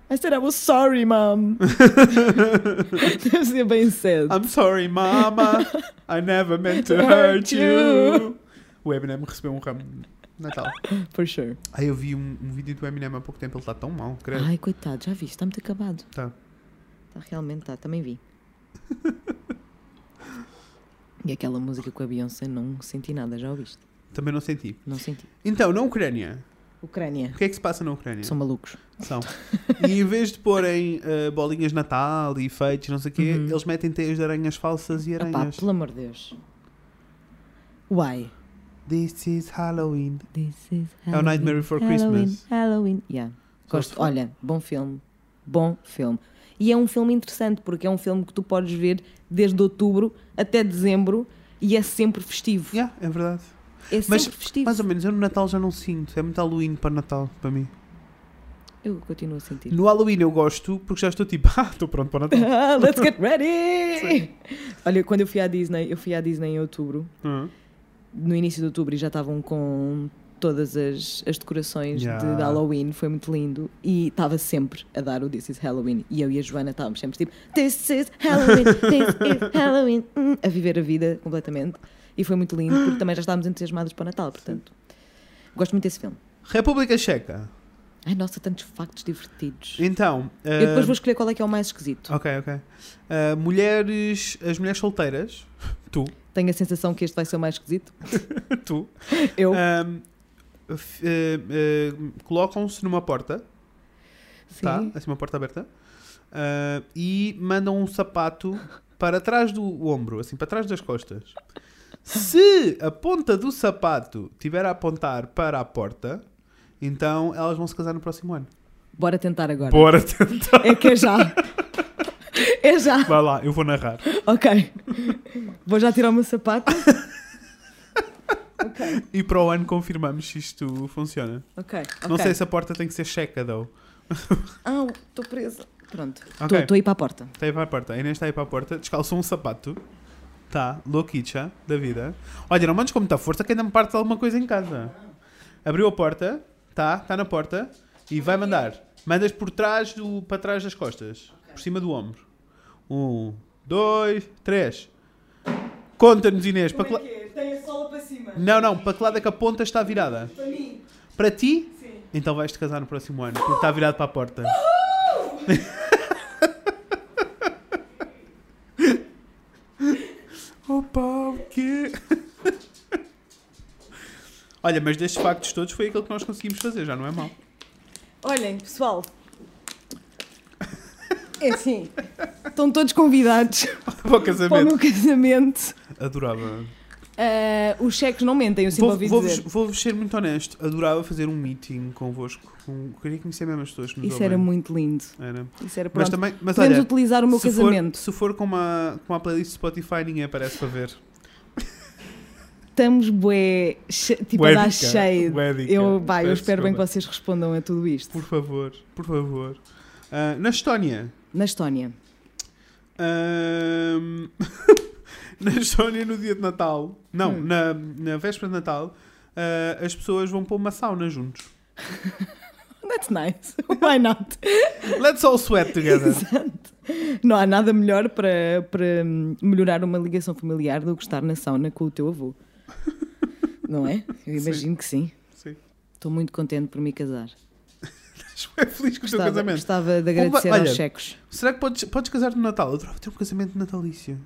S1: I said I was sorry, mom. deve ser bem sad.
S2: I'm sorry, mama. I never meant to hurt you. O Eminem recebeu um ramo de Natal.
S1: For sure.
S2: Aí eu vi um, um vídeo do Eminem há pouco tempo, ele está tão mal, credo.
S1: Ai, coitado, já viste, está muito acabado.
S2: Tá.
S1: Tá, realmente está, também vi. e aquela música com a Beyoncé, não senti nada, já ouviste?
S2: Também não senti.
S1: Não senti.
S2: Então, na Ucrânia.
S1: Ucrânia.
S2: O que é que se passa na Ucrânia?
S1: São malucos.
S2: São. E em vez de porem eh, bolinhas de Natal e feitos, não sei o quê,
S1: Uhum.
S2: eles metem teias de aranhas falsas e
S1: Epá,
S2: aranhas.
S1: pelo amor de Deus. Why?
S2: This is Halloween.
S1: This is
S2: É o Nightmare Before Christmas.
S1: Halloween. Yeah.
S2: Gosto.
S1: Gosto. Olha, bom filme. Bom filme. E é um filme interessante porque é um filme que tu podes ver desde outubro até dezembro e é sempre festivo.
S2: Yeah, é verdade.
S1: É
S2: Mas,
S1: sempre festivo.
S2: Mais ou menos, eu no Natal já não sinto. É muito Halloween para Natal, para mim.
S1: Eu continuo a sentir.
S2: No Halloween eu gosto porque já estou tipo, ah, estou pronto para o Natal.
S1: Ah, Let's get ready! Olha, quando eu fui à Disney, eu fui à Disney em outubro,
S2: Uhum.
S1: no início de outubro, e já estavam com todas as, as decorações de-
S2: Yeah.
S1: de Halloween, foi muito lindo. E estava sempre a dar o This is Halloween. E eu e a Joana estávamos sempre tipo This is Halloween, this is Halloween, hum, a viver a vida completamente. E foi muito lindo, porque também já estávamos entusiasmados para o Natal, portanto. Gosto muito desse filme.
S2: República Checa.
S1: Ai, nossa, tantos factos divertidos.
S2: Então. eh, Ah.
S1: Eu depois vou escolher qual é que é o mais esquisito.
S2: Ok, ok. Eh, mulheres. As mulheres solteiras. Tu.
S1: Tenho a sensação que este vai ser o mais esquisito.
S2: Tu.
S1: Eu.
S2: Ahm, f- eh, eh, colocam-se numa porta,
S1: Sim.
S2: tá? Assim, uma porta aberta. Ah, e mandam um sapato para trás do ombro, assim, para trás das costas. Se a ponta do sapato tiver a apontar para a porta, então elas vão se casar no próximo ano.
S1: Bora tentar agora.
S2: Bora tentar.
S1: É que é já. É já.
S2: Vai lá, eu vou narrar.
S1: Ok. Vou já tirar o meu sapato.
S2: E para o ano confirmamos se isto funciona.
S1: Ok.
S2: Não sei se a porta tem que ser checa, though.
S1: Ah, estou presa. Pronto. Estou
S2: Ok.
S1: a ir para a porta.
S2: Está aí para a porta. A Inês está aí para a porta. Descalçou um sapato. Tá. Louquicha da vida. Olha, não mandes com muita força que ainda me parte alguma coisa em casa. Abriu a porta. Tá. Está na porta. E vai mandar. Mandas por trás do... Para trás das costas. Por cima do ombro. Um, dois, três. Conta-nos, Inês. Para que la-
S1: Tem a sola para cima.
S2: Não, não. Para que lado é que a ponta está virada?
S1: Para mim.
S2: Para ti? Sim. Então vais-te casar no próximo ano. Porque está virado para a porta. Opa, o quê? Olha, mas destes factos todos foi aquilo que nós conseguimos fazer, já não é mal.
S1: Olhem, pessoal. É assim. Estão todos convidados
S2: Para o
S1: para o
S2: casamento.
S1: meu casamento.
S2: Adorava.
S1: Ah, os cheques não mentem, eu sempre
S2: Vou-
S1: ouvi
S2: Vou-vos
S1: dizer.
S2: vou-vos ser muito honesto, adorava fazer um meeting convosco. Com... Queria conhecer mesmo as pessoas que nos
S1: Isso era
S2: ouvem.
S1: muito lindo.
S2: Era.
S1: Isso era
S2: Mas
S1: pronto.
S2: também, mas
S1: Podemos
S2: olha,
S1: utilizar o meu
S2: se for-
S1: casamento.
S2: se for com uma, com uma playlist Spotify, ninguém aparece para ver.
S1: Estamos bué, che- tipo
S2: Bué
S1: a dar
S2: dica,
S1: shade.
S2: bué dica.
S1: Eu, pá, eu
S2: Peço
S1: espero bem que
S2: desculpa.
S1: vocês respondam a tudo isto.
S2: Por favor, por favor. Ah, na Estónia.
S1: Na Estónia.
S2: ahm, na Estónia, no dia de Natal. Não,
S1: Hum.
S2: na, na véspera de Natal. ah, as pessoas vão para uma sauna juntos.
S1: That's nice. Why not?
S2: Let's all sweat together.
S1: Exato. Não há nada melhor para, para hum, melhorar uma ligação familiar do que estar na sauna com o teu avô. Não é? Eu imagino que sim.
S2: Sim.
S1: Estou muito contente por me casar.
S2: Estás bem feliz com o teu
S1: Gostava,
S2: casamento.
S1: gostava de agradecer
S2: Olha,
S1: aos checos.
S2: Será que podes, podes casar no Natal? Eu adorava ter um casamento natalício.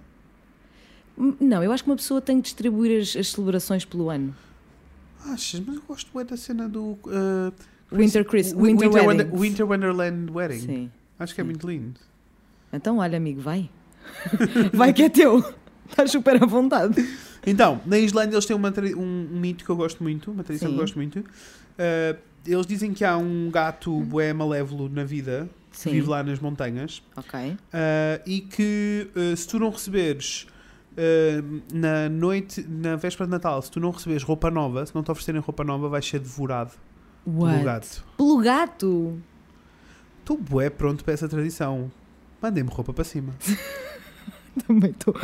S1: M- Não, eu acho que uma pessoa tem que distribuir as, as celebrações pelo ano.
S2: Ah, Achas, mas eu gosto bué da cena do. uh,
S1: Winter Chris-
S2: Wi-
S1: Winter
S2: Wonder-
S1: Weddings.
S2: Winter Wonderland Wedding.
S1: Sim.
S2: Acho que é muito lindo.
S1: Então, olha, amigo, vai. vai que é teu. Estás super à vontade.
S2: Então, na Islândia eles têm uma tra- um mito que eu gosto muito, uma tradição
S1: Sim.
S2: que eu gosto muito. Uh, eles dizem que há um gato bué malévolo na vida, que
S1: Uhum. Sim.
S2: vive lá nas montanhas,
S1: Ok.
S2: uh, e que uh, se tu não receberes uh, na noite, na véspera de Natal, se tu não receberes roupa nova, se não te oferecerem roupa nova, vais ser devorado
S1: What?
S2: pelo gato.
S1: Pelo gato?
S2: Estou bué pronto para essa tradição. Mandem-me roupa para cima.
S1: Também estou.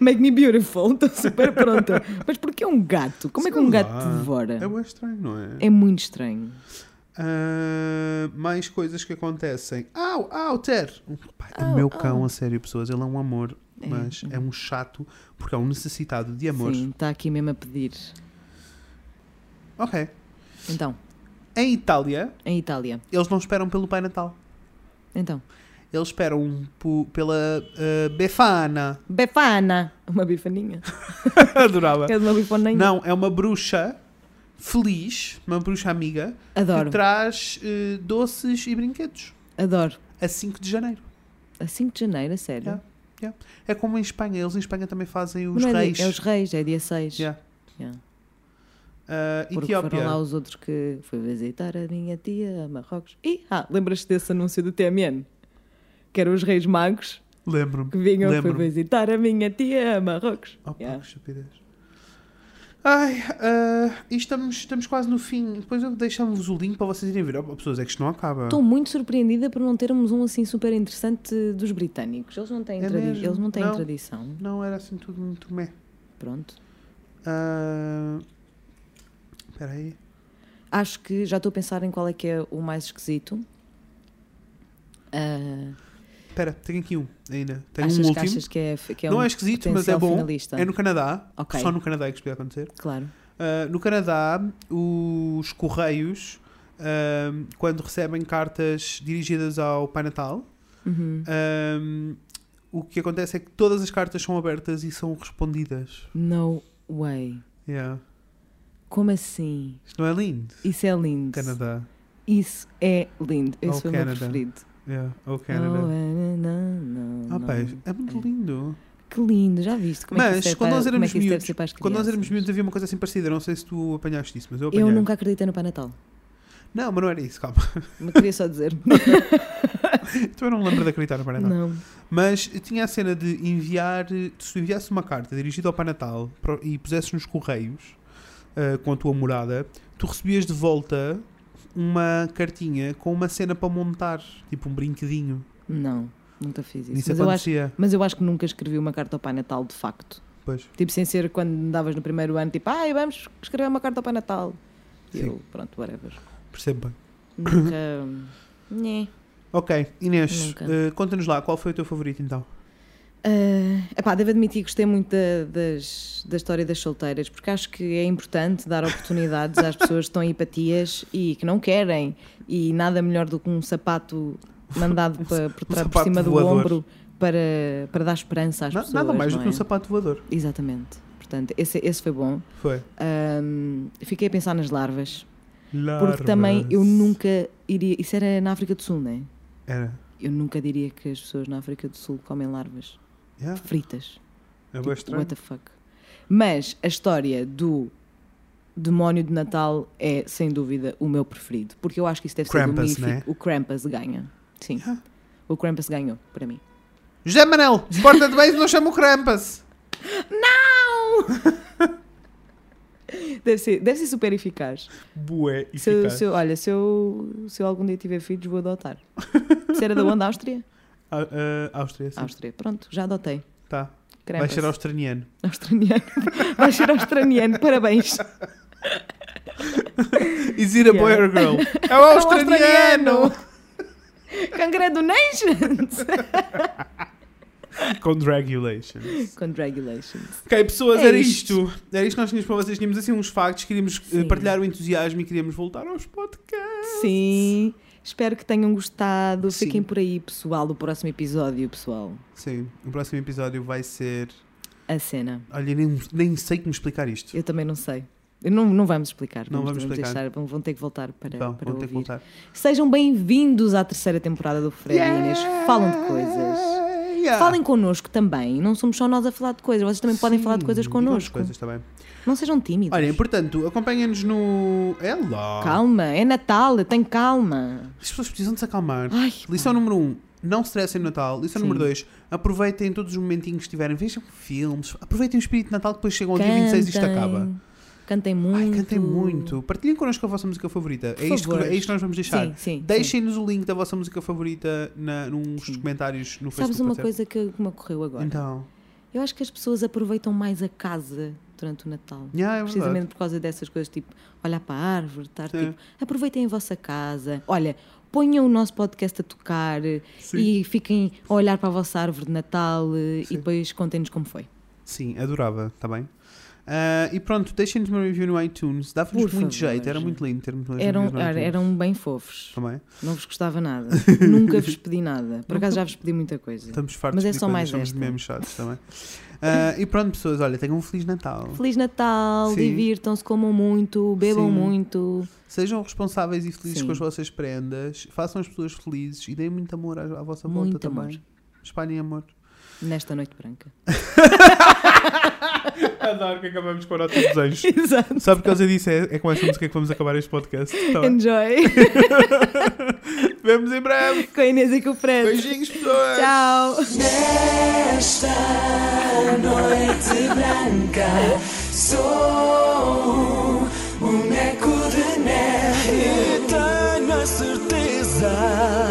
S1: Make me beautiful, estou super pronta. Mas porquê um gato? Como é que
S2: Sei
S1: um gato
S2: lá.
S1: te devora?
S2: É bué estranho, não é?
S1: É muito estranho.
S2: Ah, mais coisas que acontecem. Au, au, Ter! Um pai do
S1: Au,
S2: meu
S1: au.
S2: cão, a sério, pessoas. Ele é um amor,
S1: É.
S2: mas é um chato porque é um necessitado de amor.
S1: Sim, está aqui mesmo a pedir.
S2: Ok.
S1: Então,
S2: Em Itália,
S1: em Itália.
S2: eles não esperam pelo Pai Natal.
S1: Então.
S2: Eles esperam po- pela ah, Befana.
S1: Befana! Uma bifaninha.
S2: Adorava.
S1: É de uma bifaninha.
S2: Não, é uma bruxa feliz, uma bruxa amiga,
S1: Adoro,
S2: que traz eh, doces e brinquedos.
S1: adoro.
S2: A 5 de janeiro.
S1: A 5 de janeiro, a sério.
S2: Yeah. É como em Espanha. Eles em Espanha também fazem os
S1: Não é, dia-
S2: reis.
S1: é os reis, é dia 6.
S2: Yeah.
S1: Yeah.
S2: Ah,
S1: Porque
S2: Etiópia.
S1: foram lá os outros que foi visitar a minha tia a Marrocos. E, ah, lembras-te desse anúncio do TMN? Que eram os reis magos
S2: Lembro-me.
S1: que vinham foi
S2: Lembro-me.
S1: visitar a minha tia a Marrocos.
S2: Oh, pá,
S1: Yeah.
S2: que estupidez. Ai, ah, e estamos, estamos quase no fim. Depois eu deixo-vos o link para vocês irem ver. Oh, pessoas, é que isto não acaba.
S1: Estou muito surpreendida por não termos um assim super interessante dos britânicos. Eles não têm,
S2: É
S1: tradi-
S2: mesmo?
S1: Eles não têm
S2: Não.
S1: tradição.
S2: Não, era assim tudo muito meh.
S1: Pronto.
S2: Ah, Espera aí.
S1: Acho que já estou a pensar em qual é que é o mais esquisito. Ah,
S2: Espera, tenho aqui um ainda. Tenho
S1: achas
S2: um
S1: que
S2: último.
S1: achas que é, que é
S2: não
S1: um
S2: é esquisito, mas é
S1: potencial
S2: bom.
S1: finalista?
S2: É no Canadá.
S1: Ok.
S2: Só no Canadá é que isto podia acontecer.
S1: Claro.
S2: Uh, no Canadá, os correios, um, quando recebem cartas dirigidas ao Pai Natal,
S1: Uhum.
S2: um, o que acontece é que todas as cartas são abertas e são respondidas.
S1: No way.
S2: Yeah.
S1: Como assim?
S2: Isto não é lindo?
S1: Isso é lindo.
S2: Canadá.
S1: Isso é lindo. Esse
S2: Oh,
S1: foi o meu
S2: Canada.
S1: preferido.
S2: Yeah. Oh,
S1: Oh,
S2: Canadá.
S1: eh, não, não,
S2: Ah,
S1: não.
S2: pá, é muito lindo.
S1: Que lindo, já viste como é que
S2: Mas,
S1: isso é
S2: quando
S1: para-
S2: nós
S1: como é
S2: éramos
S1: que isso deve
S2: miúdos-
S1: ser para as
S2: Quando nós éramos
S1: crianças?
S2: miúdos havia uma coisa assim parecida. Não sei se tu apanhaste isso, mas eu apanhei.
S1: Eu nunca acreditei no Pai Natal.
S2: Não, mas não era isso, calma.
S1: Me queria só dizer.
S2: é tu eu não lembro de acreditar no Pai Natal.
S1: não.
S2: Mas tinha a cena de enviar, se tu enviasse uma carta dirigida ao Pai Natal pro- e pusesses nos correios ah, com a tua morada, tu recebias de volta uma cartinha com uma cena para montar, tipo um brinquedinho.
S1: Não, nunca fiz isso.
S2: Isso é
S1: mas, eu acho,
S2: acontecia.
S1: mas eu acho que nunca escrevi uma carta ao Pai Natal, de facto.
S2: Pois.
S1: Tipo, sem ser quando andavas no primeiro ano, tipo, ai, vamos escrever uma carta ao Pai Natal. E
S2: Sim.
S1: eu, pronto, whatever.
S2: Percebo bem.
S1: Nunca. Nhé.
S2: Ok, Inês,
S1: Nunca.
S2: ah, conta-nos lá, qual foi o teu favorito então?
S1: Ah, epá, devo admitir que gostei muito da, das- da história das solteiras, porque acho que é importante dar oportunidades às pessoas que estão em hipatias e que não querem, e nada melhor do que um sapato mandado para, por, trás- por
S2: Um sapato
S1: cima do
S2: voador.
S1: ombro para, para dar esperança às
S2: Na-
S1: pessoas.
S2: nada mais
S1: não
S2: do que um
S1: é?
S2: sapato voador.
S1: Exatamente. Portanto, esse, esse foi bom.
S2: Foi.
S1: Ahm, fiquei a pensar nas larvas, porque também eu nunca iria. Isso era na África do Sul, não é?
S2: Era.
S1: Eu nunca diria que as pessoas na África do Sul comem larvas
S2: Yeah,
S1: fritas.
S2: é bem
S1: Tipo,
S2: estranho.
S1: What the fuck? Mas a história do demónio de Natal é, sem dúvida, o meu preferido. Porque eu acho que isso deve
S2: Krampus,
S1: ser do
S2: né? Ah.
S1: O Krampus ganha. Sim.
S2: Yeah.
S1: O Krampus ganhou, para mim.
S2: José Manel, porta-te bem, não chama o Krampus.
S1: Deve ser, deve ser super eficaz.
S2: Bué,
S1: Se eu- se eu- olha, se eu, se eu algum dia tiver filhos, vou adotar. Se era da onde? Áustria?
S2: Ah, ah, Áustria, sim.
S1: Áustria. Pronto, já adotei.
S2: Tá. Vai
S1: Krampus.
S2: ser australiano.
S1: australiano. Vai ser australiano. Parabéns.
S2: Is it a boy or girl? É o australiano!
S1: Congratulations!
S2: Congratulations.
S1: Congratulations.
S2: Ok, pessoas,
S1: É
S2: era
S1: isto.
S2: isto. Era isto que nós tínhamos para vocês. Tínhamos assim uns factos, queríamos eh,
S1: Sim.
S2: partilhar o entusiasmo e queríamos voltar aos podcasts.
S1: Sim, espero que tenham gostado.
S2: Sim.
S1: Fiquem por aí, pessoal, do próximo episódio, pessoal.
S2: Sim, o próximo episódio vai ser.
S1: A a cena.
S2: Olha, nem, nem sei como explicar isto.
S1: Eu também não sei. Eu Não, não vamos explicar.
S2: Não vamos explicar.
S1: deixar- vão- vão ter que voltar para,
S2: Bom,
S1: para
S2: vou ter que
S1: ouvir.
S2: voltar.
S1: Sejam bem-vindos à terceira temporada do Fred e Inês. Falam de coisas.
S2: Yeah.
S1: Falem connosco também. Não somos só nós a falar de coisas. Vocês também podem falar de coisas
S2: Sim,
S1: connosco.
S2: Hum, Coisas também.
S1: Não sejam tímidos.
S2: Olhem, portanto, acompanhem-nos no. É lá.
S1: Calma, é Natal, eu tenho calma.
S2: As pessoas precisam de se acalmar.
S1: Ai,
S2: Lição número 1. Um, não stressem no Natal. Lição
S1: Sim.
S2: número 2. Aproveitem todos os momentinhos que estiverem. Vejam filmes. Aproveitem o espírito de Natal que depois chegam ao dia 26 e isto
S1: cantem.
S2: acaba.
S1: Cantem muito.
S2: Ai, cantem muito. Partilhem connosco a vossa música favorita.
S1: Por
S2: É isto, que,
S1: favor.
S2: é isto que nós vamos deixar.
S1: Sim, sim. sim.
S2: Deixem-nos o link da vossa música favorita na, nos comentários no Facebook.
S1: Sabes uma
S2: pode ser?
S1: coisa que, que me ocorreu agora?
S2: Então.
S1: Eu acho que as pessoas aproveitam mais a casa durante o Natal.
S2: Yeah, é verdade.
S1: Precisamente por causa dessas coisas, tipo, olhar para a árvore, estar
S2: Sim.
S1: tipo, aproveitem a vossa casa, olha, ponham o nosso podcast a tocar
S2: Sim.
S1: e fiquem a olhar para a vossa árvore de Natal eh,
S2: Sim.
S1: e depois contem-nos como foi.
S2: Sim, adorava, está bem? Ah, e pronto, deixem-nos uma review no iTunes. Dava-nos
S1: Por
S2: muito
S1: favor.
S2: jeito, era muito lindo termos uma review
S1: Eram,
S2: no
S1: era-
S2: iTunes. tá
S1: eram bem fofos,
S2: Também.
S1: não vos gostava nada, nunca vos pedi nada, por acaso já vos pedi muita coisa.
S2: Estamos fartos
S1: Mas é
S2: de
S1: só
S2: coisas,
S1: mais
S2: somos
S1: esta.
S2: mesmo chatos também. Ah, e pronto, pessoas, olha, tenham um Feliz Natal.
S1: Feliz Natal,
S2: Sim.
S1: divirtam-se, comam muito, bebam
S2: Sim.
S1: muito.
S2: Sejam responsáveis e felizes
S1: Sim.
S2: com as vossas prendas. Façam as pessoas felizes e deem muito amor à, à vossa
S1: Muito
S2: volta
S1: amor.
S2: também. Espalhem amor.
S1: Nesta noite branca.
S2: Adoro que acabamos com o Nota Desejos.
S1: Exato.
S2: Sabe por causa disso? É, é com esta música que vamos acabar este podcast. Tá bem?
S1: Enjoy.
S2: Vemos em breve.
S1: Com a Inês e com o Fred.
S2: Beijinhos, pessoas.
S1: Tchau.
S4: Nesta noite branca sou um boneco de neve. Eu tenho a certeza.